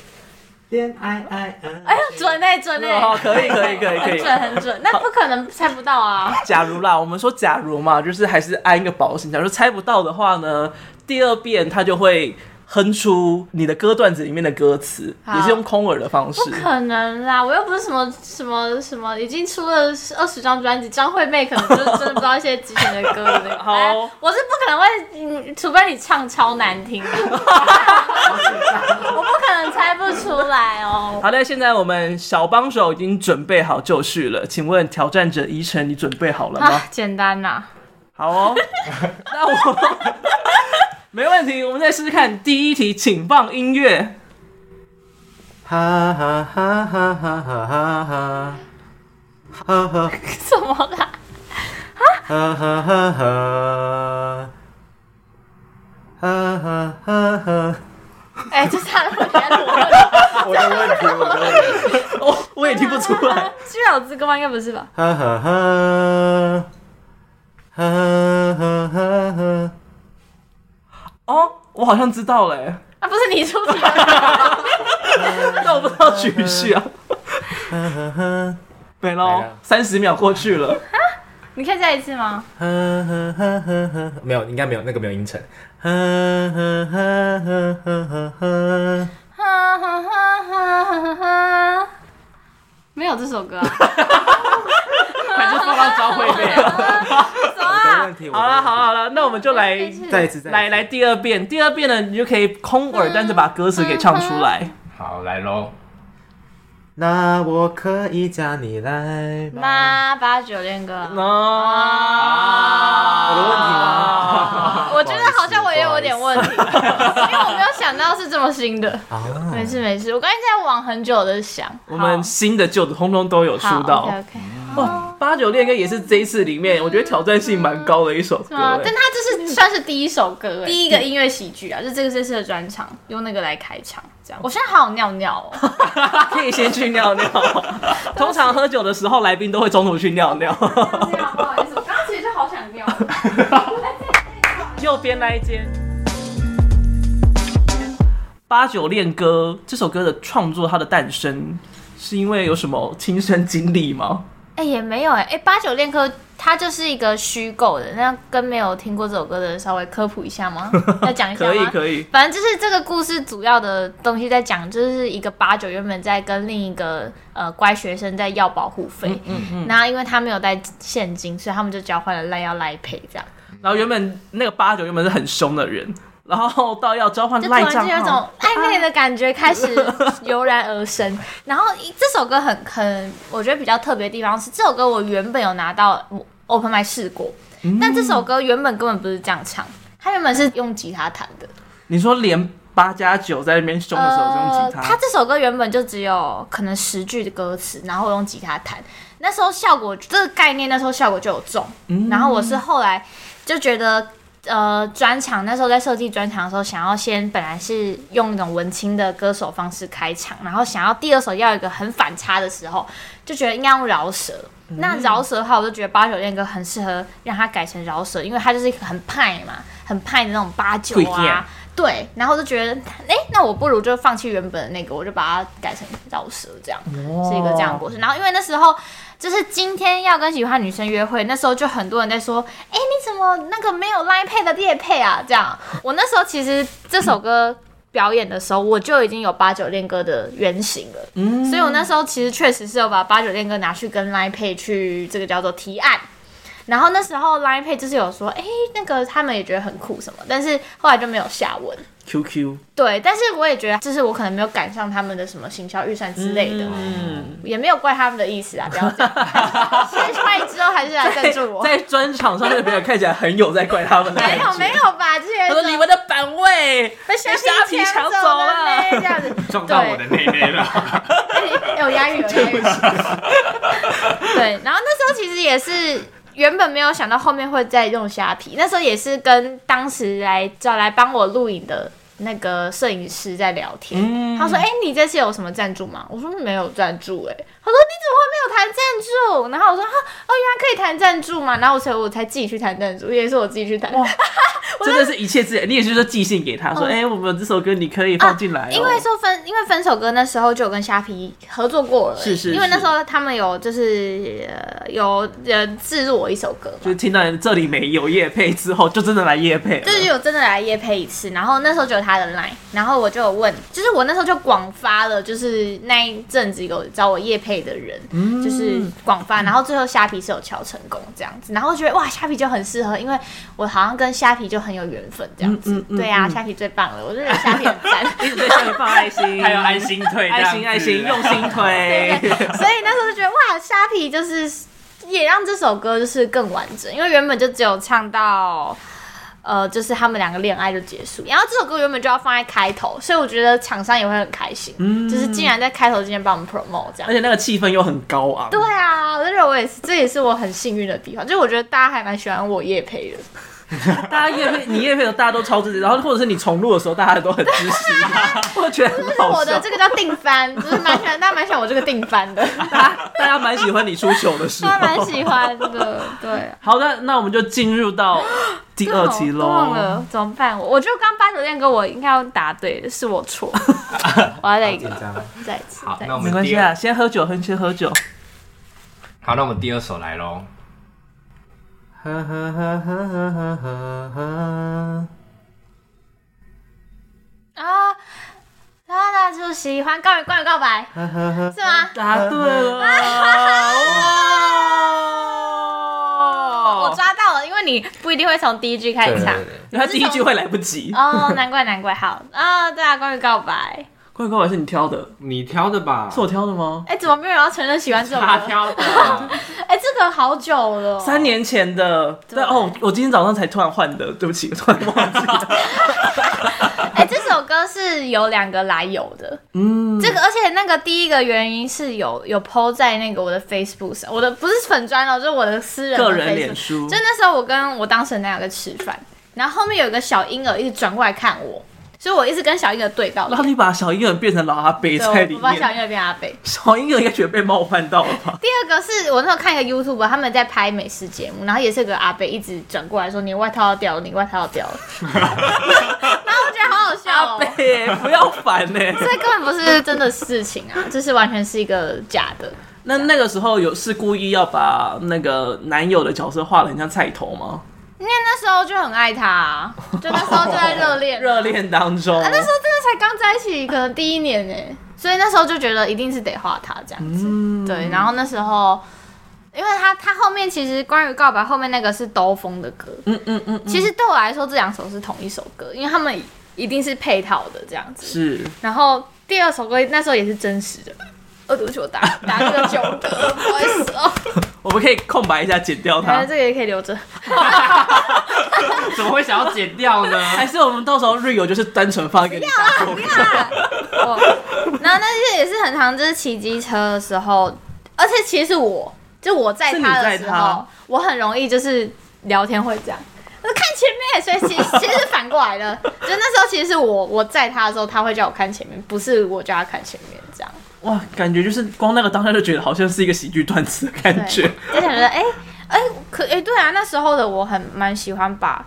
Speaker 7: 恋爱爱恩。
Speaker 3: 哎呀，准哎、准哎、
Speaker 4: 哦，可以可以可以可
Speaker 3: 很
Speaker 4: 以。
Speaker 3: 准很准，那不可能猜不到啊！
Speaker 4: 假如啦，我们说假如嘛，就是还是按一个保险。假如猜不到的话呢，第二遍他就会哼出你的歌段子里面的歌词，
Speaker 3: 好
Speaker 4: 也是用空耳的方式。
Speaker 3: 不可能啦，我又不是什么什么什么，已经出了二十张专辑，张惠妹可能就是真的不知道一些之前的歌的那个。
Speaker 4: 好哦
Speaker 3: 哎我是不可能会，嗯除非你唱超难听，我不可能猜不出来哦。
Speaker 4: 好的，现在我们小帮手已经准备好就绪了，请问挑战者宜晨，你准备好了吗
Speaker 3: 啊？， 简单呐、
Speaker 4: 好 哦，那我没问题，我们再试试看。第一题，请放音乐。
Speaker 7: 哈哈哈哈哈哈哈哈。哈哈
Speaker 3: 什么啦？
Speaker 7: 哈哈哈哈。哈哈哈哈。
Speaker 3: 哎、这差了我觉 得
Speaker 7: 我的问题，我的问题。
Speaker 4: 哦，我也听不出 来。
Speaker 3: 居老之歌吗？应该不是吧？
Speaker 7: 哈哈哈。哈哈哈哈。
Speaker 4: 哦，我好像知道了欸耶，
Speaker 3: 啊，不是你出 题的，
Speaker 4: 但我不知道曲序啊。
Speaker 7: 哈哈哈。
Speaker 4: 没了，三十秒过去 了。
Speaker 3: 你可以再一次吗？
Speaker 7: 没有，应该没有，那个没有音程。
Speaker 3: 哈
Speaker 7: 我
Speaker 3: 哈哈哈哈哈！没有这首歌、 啊，
Speaker 4: 还是放到张惠妹。
Speaker 3: 走啊！
Speaker 7: 的问题，
Speaker 4: 好了，好了，好了，那我们就来
Speaker 3: 再一次
Speaker 7: 再一次，再一次
Speaker 4: 来来，第二遍，第二嗯遍呢，你就可以空耳，但是把歌词给唱出来。
Speaker 5: 好，来喽。
Speaker 7: 那我可以加你来吗？
Speaker 3: 妈八九恋歌啊。
Speaker 4: 啊
Speaker 7: 我的问题吗？
Speaker 3: 我觉得好像我也有点问题，因为我没有想到是这么新的。
Speaker 7: 啊，
Speaker 3: 没事没事，我刚才在往很久的想。
Speaker 4: 我们新的旧的通通都有出
Speaker 3: 好
Speaker 4: 道。
Speaker 3: OK OK，
Speaker 4: 哇，八九恋歌也是这一次里面我觉得挑战性蛮高的一首歌
Speaker 3: 是吗
Speaker 4: 欸。？
Speaker 3: 但它这是算是第一首歌，哎第一个音乐喜剧啊，就这个这次的专场，用那个来开场，这样。我现在好想尿尿哦，
Speaker 4: 可以先去 尿尿。通常喝酒的时候，来宾都会中途去尿尿。
Speaker 3: 尿不好意思，我刚刚其实就好想尿。
Speaker 4: 右边那一间。 八九恋歌这首歌的创作，它的诞生是因为有什么亲身经历吗？
Speaker 3: 哎、也没有哎、哎、八九恋歌它就是一个虚构的，那跟没有听过这首歌的人稍微科普一下 吗？要讲一啊下吗？
Speaker 4: 可以，可以。
Speaker 3: 反正就是这个故事主要的东西在讲，就是一个八九原本在跟另一个呃乖学生在要保护费，嗯嗯，那、因为他没有带现金，所以他们就交换了赖要赖赔这样，
Speaker 4: 然后原本那个八九原本是很凶的人，然后到要交换
Speaker 3: 就突
Speaker 4: 哦赖
Speaker 3: 然间
Speaker 4: 账
Speaker 3: 有一种
Speaker 4: 号，
Speaker 3: 暧昧的感觉开始油然而 生。然后一这首歌很很，我觉得比较特别的地方是，这首歌我原本有拿到 open 麦试过，但这首歌原本根本不是这样唱，它原本是用吉他弹的。
Speaker 4: 你说连八加九在那边凶的时候是用吉
Speaker 3: 呃，他
Speaker 4: 他，
Speaker 3: 这首歌原本就只有可能十句的歌词，然后我用吉他弹。那时候效果这个概念，那时候效果就有中。
Speaker 4: 嗯
Speaker 3: 然后我是后来就觉得，呃，专场那时候在设计专场的时候，想要先本来是用一种文青的歌手方式开场，然后想要第二首要有一个很反差的时候，就觉得应该用饶舌。
Speaker 4: 嗯
Speaker 3: 那饶舌的话，我就觉得八九恋歌很适合让它改成饶舌，因为它就是一个很派嘛，很派的那种八九
Speaker 4: 贵贱
Speaker 3: 啊，对，然后就觉得，哎、那我不如就放弃原本的那个，我就把它改成饶舌这样，是一个这样的过程。然后因为那时候就是今天要跟喜欢的女生约会，那时候就很多人在说，哎、你怎么那个没有 Line Pay 的列配啊？这样，我那时候其实这首歌。表演的时候，我就已经有八九恋歌的原型了，所以我那时候其实确实是有把八九恋歌拿去跟 Line Pay 去这个叫做提案，然后那时候 Line Pay 就是有说，哎、那个他们也觉得很酷什么，但是后来就没有下文。
Speaker 4: QQ
Speaker 3: 对，但是我也觉得，就是我可能没有赶上他们的什么行销预算之类的，
Speaker 4: 嗯，
Speaker 3: 也没有怪他们的意思啊，不 要这样。现在万一之后还是来赞助我，
Speaker 4: 在专场上面的表演看起来很有在怪他们的感
Speaker 3: 没有
Speaker 4: 觉。
Speaker 3: 没有吧？之前
Speaker 4: 他说你们的版位
Speaker 3: 被
Speaker 4: 被虾皮抢走
Speaker 3: 走
Speaker 4: 了。
Speaker 3: 呢，这样子
Speaker 5: 撞到我的内内了。
Speaker 3: 哎有押韵，有押韵。对，然后那时候其实也是原本没有想到后面会再用虾皮，那时候也是跟当时来找来帮我录影的那个摄影师在聊天，他说：“哎、你这次有什么赞助吗？”我说：“没有赞助。”哎，他说：“你怎么会没有谈赞助？”然后我说：“哈，哦，原来可以谈赞助嘛。”然后我才我才自己去谈赞助，也是我自己去谈。
Speaker 4: 真的是一切自然，你也就是说寄信给他说，哎、我们这首歌你可以放进来、哦
Speaker 3: 嗯啊因为说分，因为分手歌那时候就有跟虾皮合作过了欸、
Speaker 4: 是是
Speaker 3: 因为那
Speaker 4: 是
Speaker 3: 时候他们有就是、呃、有呃置入我一首歌嘛，
Speaker 4: 就是听到人这里没有叶配之后，就真的来叶配了。
Speaker 3: 就是有真的来夜配一次，然后那时候就有他的 line，然后我就有问，就是我那时候就广发了，就是那一阵子有找我夜配的人，
Speaker 4: 嗯
Speaker 3: 就是广发，然后最后虾皮是有敲成功这样子，然后我觉得哇虾皮就很适合，因为我好像跟虾皮就很有缘分这样子，
Speaker 4: 嗯嗯嗯
Speaker 3: 对啊，虾皮最棒了，我就觉得虾皮很赞。
Speaker 4: 一直在下面放爱心，
Speaker 5: 还有爱心推，
Speaker 4: 爱心爱心，用心 推。
Speaker 3: 所以那时候就觉得哇，虾皮就是也让这首歌就是更完整，因为原本就只有唱到。呃，就是他们两个恋爱就结束，然后这首歌原本就要放在开头，所以我觉得厂商也会很开心，
Speaker 4: 嗯
Speaker 3: 就是竟然在开头之前帮我们 promote 这样
Speaker 4: 而。且那个气氛又很高昂，
Speaker 3: 对啊，我就觉得我也是，这也是我很幸运的地方，就是我觉得大家还蛮喜欢我叶培的。
Speaker 4: 大家叶配，你叶配的时候大家都超支持，然后或者是你重录的时候，大家都很支持，我觉得
Speaker 3: 这
Speaker 4: 很
Speaker 3: 是
Speaker 4: 好
Speaker 3: 我
Speaker 4: 笑
Speaker 3: 的这。个叫定番，就是蛮喜欢，大家蛮喜欢我这个定番的，
Speaker 4: 大家大家蛮喜欢你出糗的时 候
Speaker 3: 大家，蛮喜欢的，对。啊
Speaker 4: 好的，那我们就进入到第二题
Speaker 3: 哦都忘
Speaker 4: 喽。
Speaker 3: 了怎么办？我我就刚八九恋歌，我应该要答对的，是我错，我要再一
Speaker 7: 紧
Speaker 3: 个，
Speaker 7: 张哦。
Speaker 3: 再一次，
Speaker 5: 好
Speaker 3: 再，一
Speaker 5: 那
Speaker 3: 次
Speaker 5: 我
Speaker 4: 没
Speaker 5: 们
Speaker 4: 关
Speaker 5: 第
Speaker 4: 系
Speaker 5: 二，
Speaker 4: 啊，先喝酒，先喝酒。
Speaker 5: 好，那我们第二首来喽。
Speaker 7: 哈哈哈哈哈哈哈哈！
Speaker 3: 啊！啊，那就喜欢关于关于告白
Speaker 7: 哈哈哈
Speaker 3: 是吗？
Speaker 4: 答啊对了，
Speaker 3: 我
Speaker 4: 哇！
Speaker 3: 抓到了，因为你不一定会从第一句开
Speaker 7: 对
Speaker 3: 始
Speaker 7: 对
Speaker 3: 唱
Speaker 7: 对对
Speaker 4: 因为他第一句会来不及。
Speaker 3: 哦，难怪难怪，好啊，对啊，关于告白，
Speaker 4: 怪怪还是你挑的？
Speaker 5: 你挑的 吧？
Speaker 4: 是我挑的吗？
Speaker 3: 哎、怎么没有人要承认喜欢这首 歌？
Speaker 5: 他挑的。
Speaker 3: 哎、这个好久了哦，
Speaker 4: 三年前的，对哦，我今天早上才突然换的，对不起，我突然忘记了。
Speaker 3: 哎、这首歌是有两个来由的，嗯，这个而且那个第一个原因是有有 PO 在那个我的 Facebook 上，我的不是粉砖哦，就是我的私人的
Speaker 4: 个人
Speaker 3: Facebook
Speaker 4: 脸书
Speaker 3: 就那时候我跟我当时的男友在吃饭，然后后面有一个小婴儿一直转过来看我，所以我一直跟小婴儿对到
Speaker 4: 然后
Speaker 3: 脸，
Speaker 4: 你把小婴儿变成老阿伯在
Speaker 3: 对，
Speaker 4: 里
Speaker 3: 我把小
Speaker 4: 面，
Speaker 3: 婴儿变哦阿北。
Speaker 4: 小婴儿应该觉得被冒犯到了吧？
Speaker 3: 第二个是我那时候看一个 YouTube，他们在拍美食节目，然后也是有个阿伯一直转过来说：“你外套要掉了，你外套要掉了。” 然后我觉得好好笑、哦，
Speaker 4: 对，不要烦呢、
Speaker 3: 这根本不 是真的事情啊，这是完全是一个假的。
Speaker 4: 那那个时候有是故意要把那个男友的角色画的很像菜头吗？
Speaker 3: 因为那时候就很爱他、啊，就那时候就在热恋，
Speaker 4: 热恋当中，
Speaker 3: 啊，那时候真的才刚在一起，可能第一年呢、欸所以那时候就觉得一定是得画他这样子。
Speaker 4: 嗯
Speaker 3: 对，然后那时候，因为他他后面其实关于告白后面那个是兜风的歌，
Speaker 4: 嗯嗯嗯，
Speaker 3: 其实对我来说这两首是同一首歌，因为他们一定是配套的这样子。
Speaker 4: 是
Speaker 3: 然后第二首歌那时候也是真实的。哦，对不起，我打打这个九歌，不好意思哦。
Speaker 4: 我们可以空白一下剪掉
Speaker 3: 反
Speaker 4: 它
Speaker 3: 哎正，这个也可以留 着。
Speaker 5: 怎么会想要剪掉呢？
Speaker 4: 还是我们到时候 real 就是单纯放给你打过看
Speaker 3: 哦，那那些也是很常，就是骑机车的时候，而且其实我就我在
Speaker 4: 是你
Speaker 3: 他
Speaker 4: 载
Speaker 3: 的时候
Speaker 4: 他，
Speaker 3: 我很容易就是聊天会这样。我看前面，所以其实其实是反过来的，就那时候其实是我我载他的时候，他会叫我看前面，不是我叫他看前面这样。
Speaker 4: 哇，感觉就是光那个当下就觉得好像是一个喜剧段子的感觉
Speaker 3: 对，，就想着哎哎可哎、对啊，那时候的我很蛮喜欢把，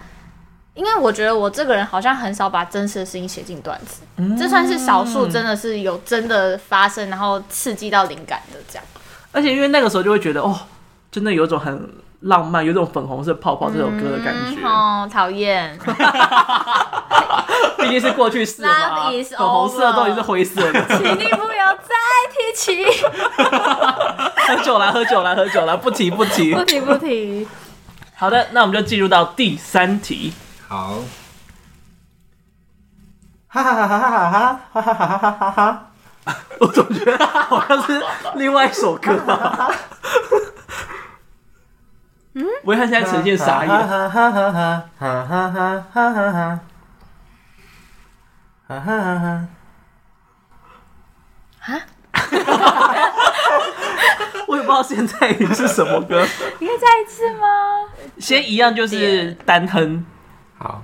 Speaker 3: 因为我觉得我这个人好像很少把真实的事情写进段子，这算是少数真的是有真的发生，然后刺激到灵感的这样。
Speaker 4: 而且因为那个时候就会觉得哦，真的有一种很浪漫，有一种粉红色泡泡这首歌的感觉，
Speaker 3: 哦，讨厌，
Speaker 4: 毕竟是过去式了嘛，
Speaker 3: Love is
Speaker 4: 粉红色
Speaker 3: over
Speaker 4: 都已经是灰色的。
Speaker 3: 请你不要再提起，
Speaker 4: 喝酒啦，喝酒啦，喝酒啦， 不提不提
Speaker 3: 不。提不提。
Speaker 4: 好的，那我们就进入到第三题。
Speaker 5: 好，
Speaker 7: 哈哈哈哈哈哈哈哈哈哈哈哈。
Speaker 4: 我总觉得好像是另外一首歌、啊。嗯，维汉现在呈现傻眼。
Speaker 7: 哈哈哈哈哈哈哈哈哈哈。哈哈哈哈！
Speaker 4: 我也不知道现在是什么歌。
Speaker 3: 你可以再一次吗？
Speaker 4: 先一样就是单哼，
Speaker 5: 好，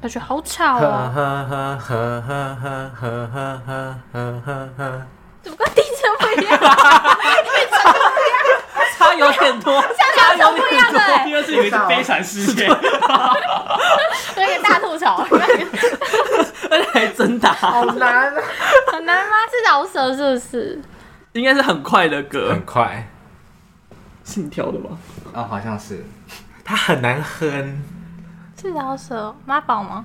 Speaker 3: 我觉得好吵
Speaker 7: 哈
Speaker 3: 哦，
Speaker 7: 哈哈哈哈哈哈哈哈哈哈！
Speaker 3: 怎么跟第一次不一样？跟上
Speaker 4: 差有 点多，
Speaker 3: 两首不一样的、
Speaker 4: 差
Speaker 3: 欸，
Speaker 4: 有点多。
Speaker 5: 这以为是悲惨世界。
Speaker 3: 有点大吐槽，
Speaker 4: 而且还真打，
Speaker 7: 难啊！
Speaker 3: 很难吗？是饶舌是不是？
Speaker 4: 应该是很快的歌
Speaker 5: 很，快
Speaker 4: 哎是你挑的吗？
Speaker 5: 啊，好像是。
Speaker 7: 它很难哼，
Speaker 3: 是饶舌妈宝吗？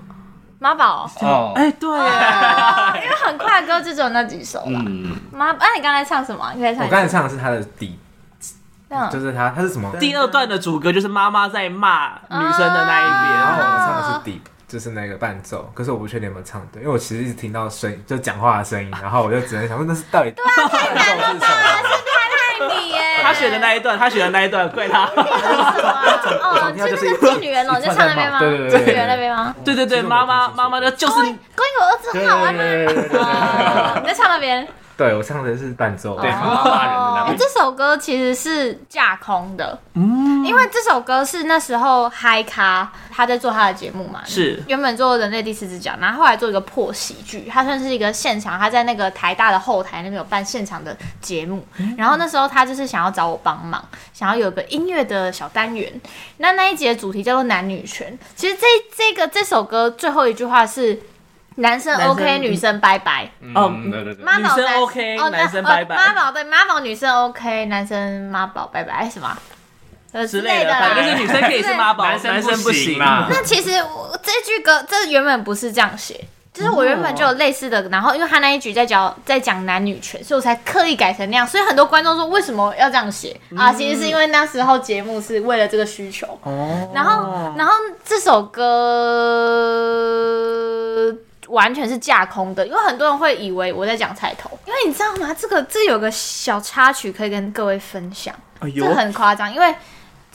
Speaker 3: 妈宝，
Speaker 5: 哦，
Speaker 4: 哎，对
Speaker 3: 啊
Speaker 4: 耶，
Speaker 3: 因为很快的歌就只有那几首了。
Speaker 5: 嗯，
Speaker 3: 妈，那、你刚才唱什么？你可以唱
Speaker 7: 我
Speaker 3: 一
Speaker 7: 刚才
Speaker 3: 次。
Speaker 7: 唱的是它的底，
Speaker 3: 这样
Speaker 7: 就是它，它是什么？
Speaker 4: 第二段的主歌就是妈妈在骂
Speaker 3: 啊
Speaker 4: 女生的那
Speaker 7: 然后
Speaker 4: 一边，
Speaker 7: 我唱的是 deep，就是那个伴奏，可是我不确定有没有唱对，因为我其实一直听到声音，就讲话的声音，然后我就只能想说那是到底伴
Speaker 3: 啊
Speaker 7: 奏是什么？
Speaker 3: 爱你耶！
Speaker 4: 他选的那一段，他选的那一段，怪 他。
Speaker 3: 哦，就那个妓女人哦，就唱那边吗？
Speaker 7: 对对
Speaker 3: 妓
Speaker 7: 对
Speaker 3: 女人那边吗？哦
Speaker 4: 对对对，
Speaker 7: 其中有
Speaker 4: 妈妈
Speaker 7: 东西
Speaker 4: 妈妈的就是你
Speaker 3: 关于我儿子很好玩吗？
Speaker 7: 对对对对
Speaker 3: 哦，你在唱那边。
Speaker 7: 对我唱的是伴奏，
Speaker 5: 对，很骂人的那
Speaker 3: 哎
Speaker 5: 边，
Speaker 3: 哦这首歌其实是架空的，因为这首歌是那时候嗨咖他在做他的节目嘛，
Speaker 4: 是
Speaker 3: 原本做《人类第四只脚》，然后后来做一个破喜剧，他算是一个现场，他在那个台大的后台那边有办现场的节目，然后那时候他就是想要找我帮忙，想要有个音乐的小单元，那那一集的主题叫做男女权，其实这这个这首歌最后一句话是。男生
Speaker 4: 男生
Speaker 3: OK，女生拜拜。
Speaker 4: 哦
Speaker 5: 嗯，对对对，
Speaker 3: 妈宝
Speaker 4: 女生
Speaker 3: 男
Speaker 4: OK，
Speaker 3: 哦，那
Speaker 4: 男生拜拜
Speaker 3: 哦妈宝对，妈宝女生 OK，男生妈宝拜拜，哎什么啊呃
Speaker 4: 之
Speaker 3: 之
Speaker 4: 类
Speaker 3: 类的
Speaker 4: 的，
Speaker 3: 啦，
Speaker 4: 反正就是女生可以是妈宝，
Speaker 5: 男
Speaker 4: 男生
Speaker 5: 不
Speaker 4: 行
Speaker 5: 啦。
Speaker 3: 那其实我这句歌，这原本不是这样写，就是我原本就有类似的，然后因为他那一局在讲在讲男女权，所以我才刻意改成那样。所以很多观众说为什么要这样写、啊？其实是因为那时候节目是为了这个需求。然后，然后这首歌完全是架空的，因为很多人会以为我在讲菜头，因为你知道吗？这个这有个小插曲可以跟各位分享，
Speaker 4: 哎
Speaker 3: 这
Speaker 4: 呦，
Speaker 3: 很夸张，因为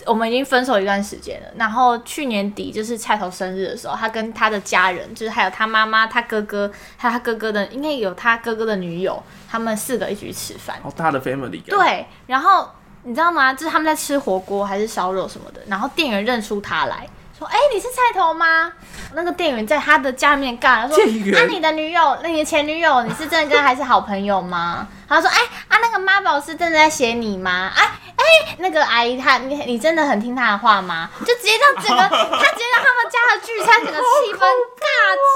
Speaker 3: 我们已经分手一段时间了。然后去年底就是菜头生日的时候，他跟他的家人，就是还有他妈妈、他哥哥，还有他哥哥的，应该有他哥哥的女友，他们四个一起去吃饭。
Speaker 4: 好大的 family 感。，
Speaker 3: 对，然后你知道吗？就是他们在吃火锅还是烧肉什么的，然后店员认出他来。说，哎、你是菜头吗？那个店员在他的家里面干，他说，
Speaker 4: 店员
Speaker 3: 啊，你的女友，那你的前女友，你是真的跟她还是好朋友吗？他说，哎、啊，那个妈宝是真的在写你吗？哎、哎、那个阿姨她，你你真的很听她的话吗？就直接让 整个，他直接让他们家的聚餐整个气氛尬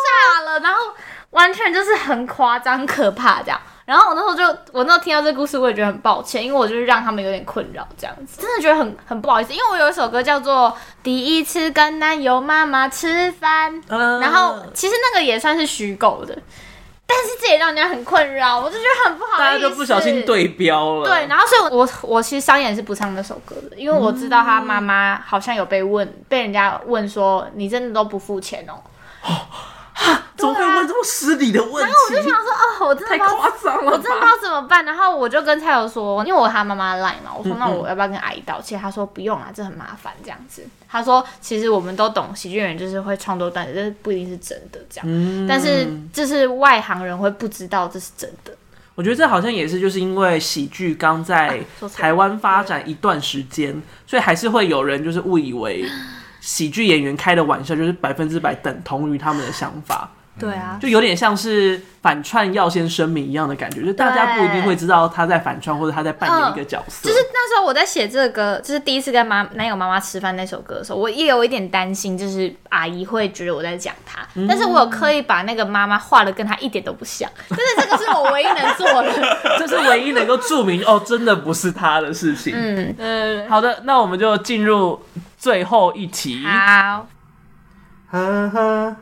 Speaker 3: 炸了，然后完全就是很夸张、可怕这样。然后我那时候就，我那时候听到这故事，我也觉得很抱歉，因为我就是让他们有点困扰这样子，真的觉得很很不好意思。因为我有一首歌叫做《第一次跟男友妈妈吃饭》，
Speaker 4: 嗯
Speaker 3: 然后其实那个也算是虚构的，但是这也让人家很困扰，我就觉得很不好意思。
Speaker 4: 大家就不小心对标了。
Speaker 3: 对，然后所以我，我我其实商演是不唱那首歌的，因为我知道他妈妈好像有被问，被人家问说你真的都不付钱哦。
Speaker 4: 怎么可以问这么失礼的问
Speaker 3: 啊我就
Speaker 4: 题
Speaker 3: 想？说，哦，我真的
Speaker 4: 太
Speaker 3: 不知道
Speaker 4: 夸张
Speaker 3: 我
Speaker 4: 了
Speaker 3: 真的不知
Speaker 4: 吧！
Speaker 3: 道怎么办。然后我就跟蔡友说，因为我和他妈妈 赖嘛，我说那我要不要跟阿姨道歉？他说不用啦，啊这很麻烦这样子。他说其实我们都懂，喜剧人就是会创作段子，这不一定是真的这样，
Speaker 4: 嗯
Speaker 3: 但是就是外行人会不知道这是真的。
Speaker 4: 我觉得这好像也是，就是因为喜剧刚在
Speaker 3: 啊说错了
Speaker 4: 台湾发展一段时间，所以还是会有人就是误以为喜剧演员开的玩笑就是百分之百等同于他们的想法，
Speaker 3: 对啊，
Speaker 4: 就有点像是反串要先声明一样的感觉，就大家不一定会知道他在反串或者他在扮演一个角色。
Speaker 3: 就是那时候我在写这个歌，就是第一次跟妈男友妈妈吃饭那首歌的时候，我也有一点担心，就是阿姨会觉得我在讲她，
Speaker 4: 嗯
Speaker 3: 但是我有刻意把那个妈妈画的跟她一点都不像，但是这个是我唯一能做 的。
Speaker 4: 这是唯一能够注明哦，真的不是他的事情。
Speaker 3: 嗯，
Speaker 4: 好的，那我们就进入最后一题。
Speaker 3: 好，
Speaker 5: 呵呵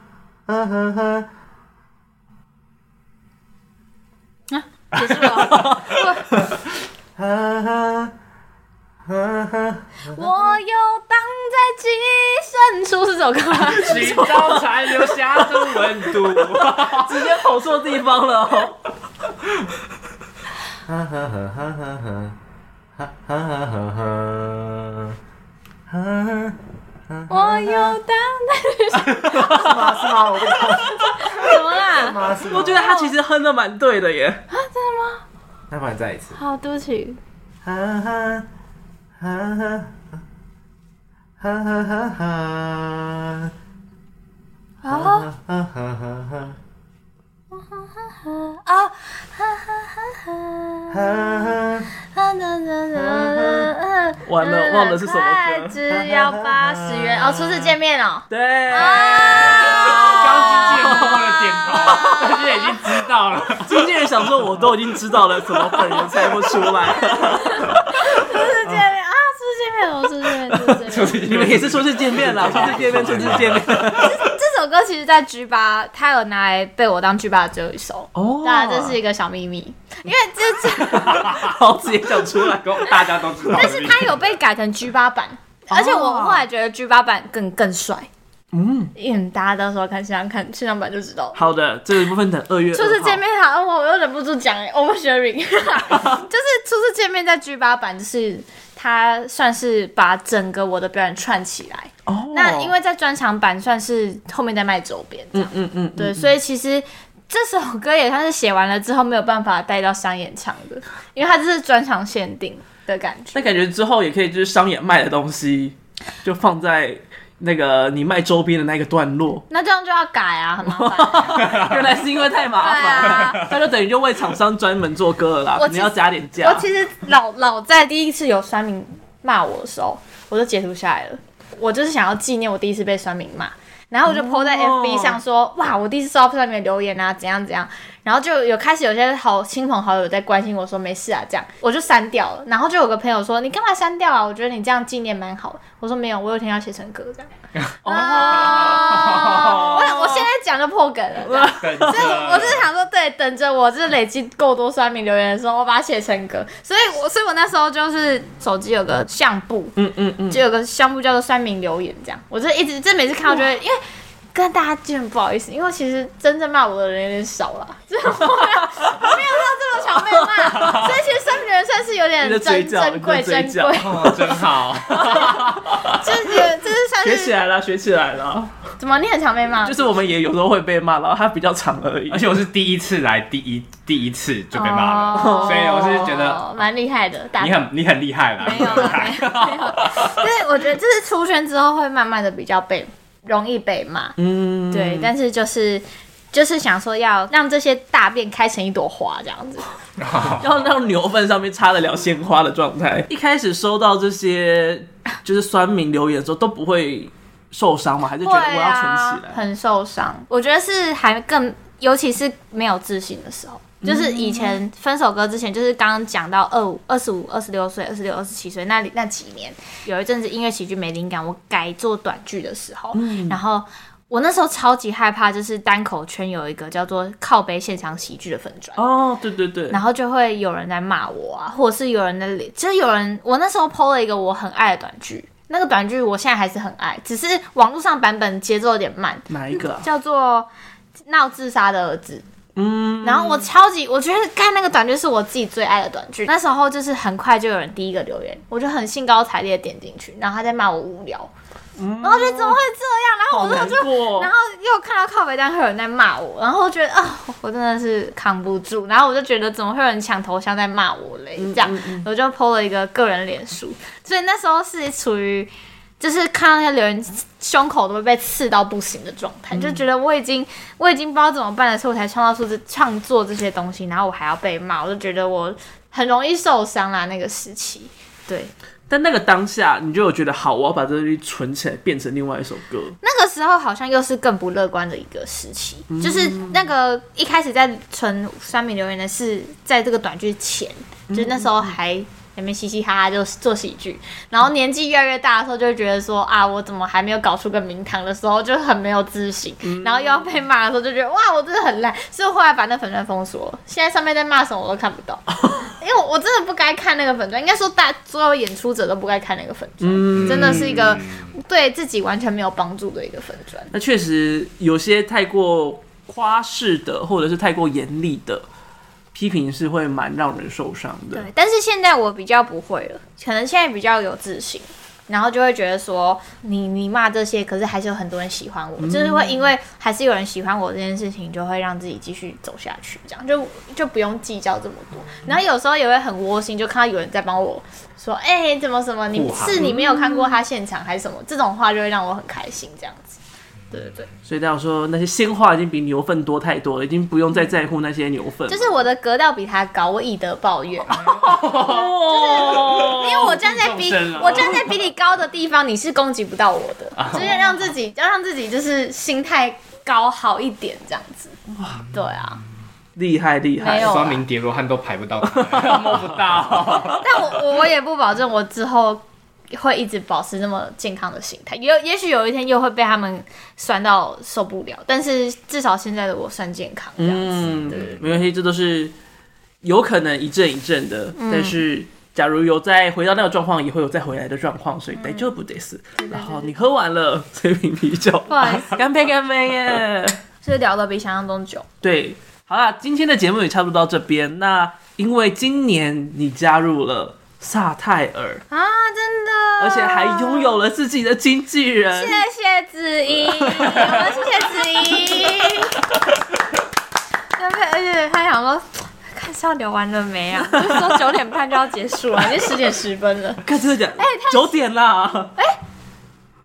Speaker 5: 呵呵呵，
Speaker 3: 结束了。
Speaker 5: 呵呵呵呵。
Speaker 3: 我游荡在极深处是这首歌吗？
Speaker 4: 请招财留下中文读， 直接跑错地方了、哦。
Speaker 5: 哈哈哈哈哈哈，哈哈哈哈哈，哈，
Speaker 3: 我游荡在
Speaker 5: 是吗？我的
Speaker 3: 什么啊啦？
Speaker 5: 妈是
Speaker 4: 我觉得他其实哼的蛮对的耶。
Speaker 7: 那不然再一次，
Speaker 3: 好，对不起。
Speaker 5: 哈哈哈哈哈哈哈哈，
Speaker 3: 啊
Speaker 5: 哈哈哈哈
Speaker 3: 啊！哈哈哈哈！
Speaker 5: 哈，
Speaker 3: 哒哒哒哒！
Speaker 4: 完了忘了是什么歌
Speaker 3: 只要八十元 哦，初次见面哦。
Speaker 4: 对，
Speaker 5: 刚经纪人默默的点
Speaker 3: 啊
Speaker 5: 头，但是已经知道了。
Speaker 4: 经纪人想说我都已经知道了，怎么本人猜不出 来？
Speaker 3: 初次见面啊！ 初次见面哦，初次见面，初次见面。
Speaker 4: 你们也是初次见 面啦，初次见面，初次见面。
Speaker 3: 这首歌其实，在 G 八，它有拿来被我当 G 八的最后一首。
Speaker 4: 哦
Speaker 3: 当然，这是一个小秘密，因为这这。
Speaker 4: 好直接讲出来。
Speaker 5: 大家都知道，
Speaker 3: 但是它有被改成 G 八版，而且我后来觉得 G 八版更更帅。嗯，嗯，大家到时候看现场看现场版就知道了。
Speaker 4: 好的，这一部分等二月。
Speaker 3: 初次见，面好，哦我又忍不住讲哎，oversharing，就是初次见面在 G 八版，就是他算是把整个我的表演串起来。
Speaker 4: 哦，
Speaker 3: 那因为在专场版算是后面在卖周边这样，
Speaker 4: 嗯嗯，嗯
Speaker 3: 对，所以其实这首歌也算是写完了之后没有办法带到商演唱的，因为它这是专场限定的感觉。
Speaker 4: 那感觉之后也可以就是商演卖的东西，就放在那个你卖周边的那个段落。
Speaker 3: 那这样就要改啊，很麻烦。
Speaker 4: 原来是因为太麻烦，那就等于就为厂商专门做歌了啦
Speaker 3: 我。其
Speaker 4: 你要加点
Speaker 3: 我
Speaker 4: 价，
Speaker 3: 其实老老在第一次有酸民骂我的时候，我就截图下来了。我就是想要纪念我第一次被酸民骂，然后我就 po 在 FB 上说，哇，我第一次收到酸民的留言啊，怎样怎样。然后就有开始有些好亲朋好友在关心我说没事啊这样，我就删掉了。然后就有个朋友说你干嘛删掉啊？我觉得你这样纪念蛮好的。我说没有，我有一天要写成歌这样。哦， 我我现在讲就破梗了。这样所以
Speaker 5: 啊
Speaker 3: 我就是想说，对，等着我就是累积够多酸民留言的时候，我把它写成歌。所以我，所以我那时候就是手机有个相簿，
Speaker 4: 嗯嗯嗯，
Speaker 3: 就有个项目叫做酸民留言，这样我就一直这每次看到就会，因为跟大家见不好意思，因为其实真正骂我的人有点少了，这我没有我没有到这么巧被骂，所以其实身边的人算是有
Speaker 4: 你的
Speaker 3: 点
Speaker 4: 嘴
Speaker 3: 珍
Speaker 4: 角，
Speaker 3: 珍
Speaker 4: 你
Speaker 3: 贵
Speaker 4: 的
Speaker 3: 珍
Speaker 4: 嘴
Speaker 3: 贵，
Speaker 4: 角，哦真好，
Speaker 3: 就是这是算
Speaker 4: 学起
Speaker 3: 是
Speaker 4: 来了，学起来了。
Speaker 3: 怎么你很常被骂
Speaker 4: 就，是我们也有时候会被骂，然后他比较长而已。
Speaker 5: 而且我是第一次来，第一第一次就被骂了，
Speaker 3: 哦
Speaker 5: 所以我是觉得
Speaker 3: 哦蛮厉害的，打
Speaker 5: 你很你很厉害啦，
Speaker 3: 没有
Speaker 5: 你很厉
Speaker 3: 啦
Speaker 5: 害
Speaker 3: 没有没有， 就是我觉得这是出圈之后会慢慢的比较被容易被骂，
Speaker 4: 嗯，
Speaker 3: 对，但是就是。就是想说要让这些大便开成一朵花这样子，
Speaker 4: 要让牛粪上面插得了鲜花的状态。一开始收到这些就是酸民留言的时候，都不会受伤嘛，还是觉
Speaker 3: 会
Speaker 4: 得我要
Speaker 3: 啊
Speaker 4: 存起，来？
Speaker 3: 很受伤。我觉得是还更，尤其是没有自信的时候，就是以前分手歌之前，就是刚刚讲到二五、二十五、二十六岁、二十六、二十七岁那里那几年，有一阵子音乐喜剧没灵感，我改做短剧的时候，然后。我那时候超级害怕，就是单口圈有一个叫做靠背现场喜剧的粉砖，
Speaker 4: 哦，对对对
Speaker 3: 然，后就会有人在骂我啊，或者是有人在里，就是有人，我那时候 PO 了一个我很爱的短剧，那个短剧我现在还是很爱，只是网络上版本节奏有点慢，
Speaker 4: 哪一个啊？
Speaker 3: 叫做《闹自杀的儿子》。嗯，然后我超级，我觉得看那个短剧是我自己最爱的短剧。那时候就是很快就有人第一个留言，我就很兴高采烈地点进去，然后他在骂我无聊，然后我觉得怎么会这样？然后
Speaker 4: 嗯好
Speaker 3: 我
Speaker 4: 难
Speaker 3: 就就
Speaker 4: 过
Speaker 3: 然。后又看到靠北单会有人在骂我，然后我觉得啊、我真的是扛不住，然后我就觉得怎么会有人抢头像在骂我嘞？这样，我就 PO 了一个个人脸书，所以那时候是处于就是看到那些留言，胸口都会被刺到不行的状态，就觉得我已经我已经不知道怎么办了，所以我才创造出这创作这些东西，然后我还要被骂，我就觉得我很容易受伤啦。那个时期，对，
Speaker 4: 但那个当下，你就有觉得好，我要把这东西存起来，变成另外一首歌。
Speaker 3: 那个时候好像又是更不乐观的一个时期，就是那个一开始在存酸民留言的是在这个短剧前，就是那时候还还没嘻嘻哈哈就做喜剧，然后年纪越来越大的时候，就会觉得说啊，我怎么还没有搞出个名堂的时候，就很没有自信，然后又要被骂的时候，就觉得哇，我真的很烂，所以我后来把那粉钻封锁了，现在上面在骂什么我都看不到，因为我真的不该看那个粉钻，应该说大所有演出者都不该看那个粉钻，真的是一个对自己完全没有帮助的一个粉砖。
Speaker 4: 那确实有些太过夸饰的，或者是太过严厉的批评，是会蛮让人受伤的
Speaker 3: 对。，但是现在我比较不会了，可能现在比较有自信，然后就会觉得说，你你骂这些，可是还是有很多人喜欢
Speaker 5: 嗯
Speaker 3: 我，就是会因为还是有人喜欢我这件事情，就会让自己继续走下去，这样就就不用计较这么多。然后有时候也会很窝心，就看到有人在帮我说，哎、怎么什么，你
Speaker 5: 护航
Speaker 3: 是你没有看过他现场还是什么，这种话就会让我很开心，这样子。对对对。
Speaker 4: 所以大家说那些鲜花已经比牛粪多太多了，已经不用再在乎那些牛粪了。
Speaker 3: 就是我的格调比他高，我以德报怨，就是 因为我站
Speaker 4: 哦
Speaker 3: 在比
Speaker 5: 众生啊
Speaker 3: 我站在比你高的地方，你是攻击不到我的，就是让自己要让自己就是心态高好一点这样子。对啊，
Speaker 4: 厉害厉害，
Speaker 3: 没有
Speaker 5: 双
Speaker 3: 啊，
Speaker 5: 名叠罗汉都排不到， 摸不到。
Speaker 3: 但我我我也不保证我之后。会一直保持那么健康的心态，也也许有一天又会被他们酸到受不了，但是至少现在的我算健康这样子。
Speaker 4: 嗯，没关系，这都是有可能一阵一阵的，
Speaker 3: 嗯
Speaker 4: 但是。假如有再回到那个状况，也会有再回来的状况，
Speaker 3: 嗯
Speaker 4: 所以得救不得死。然后你喝完了这瓶啤酒，
Speaker 3: 不好意 思，
Speaker 4: 干杯干 杯耶！
Speaker 3: 所以聊的比想象中久。
Speaker 4: 对，好啦，今天的节目也差不多到这边。那因为今年你加入了萨泰尔，
Speaker 3: 啊，真的，
Speaker 4: 而且还拥有了自己的经纪人，
Speaker 3: 啊谢谢子 怡，我们谢谢子怡。而且而且他想说，看是要聊完了没啊？不是说九点半就要结束了，已经十点十分了。哎、
Speaker 4: 看真的假的？九点啦！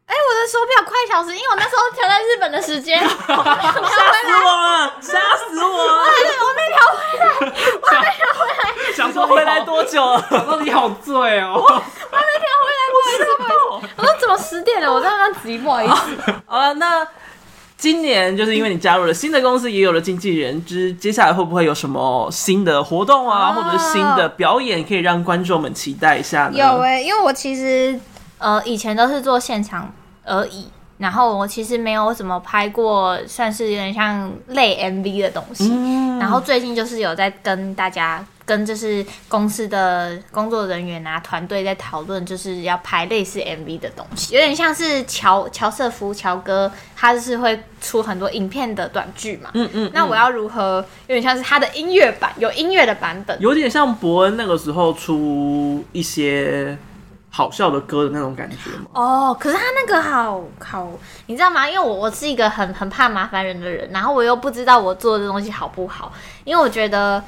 Speaker 3: 哎我的手表快一小时，因为我那时候调在日本的时间，我没有调回
Speaker 4: 死
Speaker 3: 来。
Speaker 4: 我了，吓死我了！
Speaker 3: 我没调回来，我还没调回来，
Speaker 4: 想说回来多久了？
Speaker 5: 到底好醉哦！
Speaker 3: 我还没调回来，不好意思，不好意思。我说怎么十点了？我在让子怡不好意思。
Speaker 4: 好了，那今年就是因为你加入了新的公司，也有了经纪人，之接下来会不会有什么新的活动啊，
Speaker 3: 哦
Speaker 4: 或者是新的表演，可以让观众们期待一下呢？
Speaker 3: 有哎、因为我其实呃以前都是做现场而已，然后我其实没有怎么拍过，嗯算是有点像类 MV 的东西。然后最近就是有在跟大家跟就是公司的工作人员啊团队在讨论，就是要拍类似 MV 的东西，有点像是乔乔瑟夫乔哥，他就是会出很多影片的短剧嘛。嗯嗯。那我要如何？有点像是他的音乐版，有音乐的版本。
Speaker 4: 有点像伯恩那个时候出一些好笑的歌的那种感觉嘛。
Speaker 3: 哦，可是他那个好好，你知道吗？因为我我是一个很很怕麻烦人的人，然后我又不知道我做的东西好不好，因为我觉得，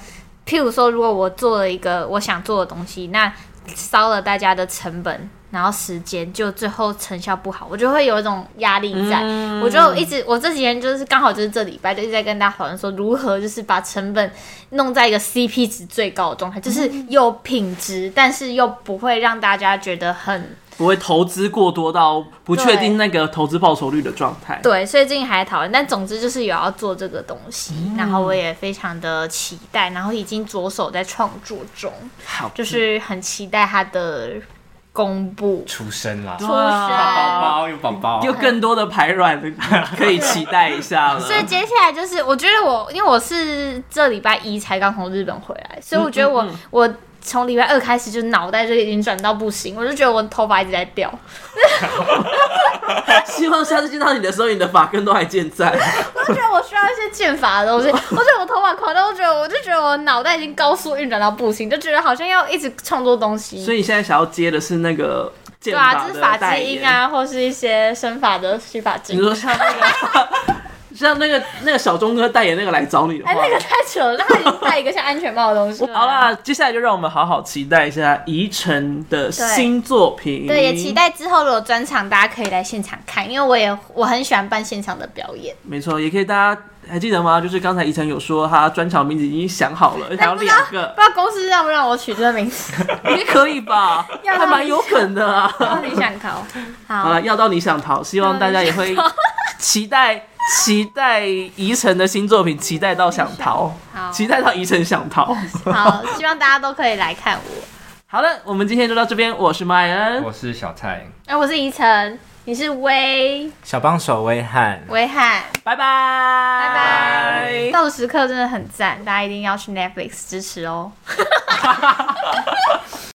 Speaker 3: 譬如说，如果我做了一个我想做的东西，那烧了大家的成本，然后时间，就最后成效不好，我就会有一种压力在。我就一直，我这几天就是刚好就是这礼拜就一直在跟大家讨论说，如何就是把成本弄在一个 CP 值最高的状态，就是有品质，但是又不会让大家觉得很。
Speaker 4: 不会投资过多到不确
Speaker 3: 对
Speaker 4: 定那个投资报酬率的状态。
Speaker 3: 对，所以最近还在讨论，但总之就是有要做这个东西，然后我也非常的期待，然后已经着手在创作中，
Speaker 4: 好，
Speaker 3: 就是很期待它的公布
Speaker 5: 出生啦，
Speaker 3: 出
Speaker 5: 宝
Speaker 3: 生。
Speaker 5: 宝有宝宝，
Speaker 4: 又更多的排卵可以期待一下了。
Speaker 3: 所以接下来就是，我觉得我因为我是这礼拜一才刚从日本回来，所以我觉得我、我。从礼拜二开始，就脑袋就已经转到不行，我就觉得我头发一直在掉，
Speaker 4: 希望下次见到你的时候，你的发根都还健在。
Speaker 3: 我就觉得我需要一些剑法的东西，我觉得我头发狂到，我觉得我就觉得我脑袋已经高速运转到不行，就觉得好像要一直创作东西。
Speaker 4: 所以你现在想要接的是那个健
Speaker 3: 对
Speaker 4: 法
Speaker 3: 啊，
Speaker 4: 的
Speaker 3: 就是法
Speaker 4: 代
Speaker 3: 之
Speaker 4: 言
Speaker 3: 音。啊，或是一些身法的虚法
Speaker 4: 你
Speaker 3: 精。
Speaker 4: 说像那个 像那个那个小钟哥代言那个来找你的话，
Speaker 3: 哎，那个太扯了，那他已经戴一个像安全帽的 东西。
Speaker 4: 好，啦，接下来就让我们好好期待一下宜晨的新作品。
Speaker 3: 对，也期。待之后如果专场，大家可以来现场看，因为我也我很喜欢办现场的表演。
Speaker 4: 没错，也可以大家还记得吗？就是刚才宜晨有说他专场名字已经想好了，还有
Speaker 3: 但不知道
Speaker 4: 两
Speaker 3: 不知
Speaker 4: 个，
Speaker 3: 道公司让不让我取这个名 字，
Speaker 4: 应该可以吧？
Speaker 3: 要到
Speaker 4: 还蛮有梗的 啊。
Speaker 3: 然后你想考。
Speaker 4: 好
Speaker 3: 好，
Speaker 4: 了，要到你想逃，希望大家也 会期待期待宜晨的新作品，期待到想逃，
Speaker 3: 好
Speaker 4: 期待到宜晨 想逃。
Speaker 3: 好，希望大家都可以来看我。
Speaker 4: 好了，我们今天就到这边，我是麦恩，
Speaker 5: 我是小蔡，
Speaker 3: 哎，我是宜晨，你是威
Speaker 7: 小帮手威汉，
Speaker 3: 威汉，
Speaker 4: 拜拜，
Speaker 3: 拜
Speaker 4: 拜
Speaker 3: 拜。倒数 时刻真的很赞，大家一定要去 Netflix 支持哦。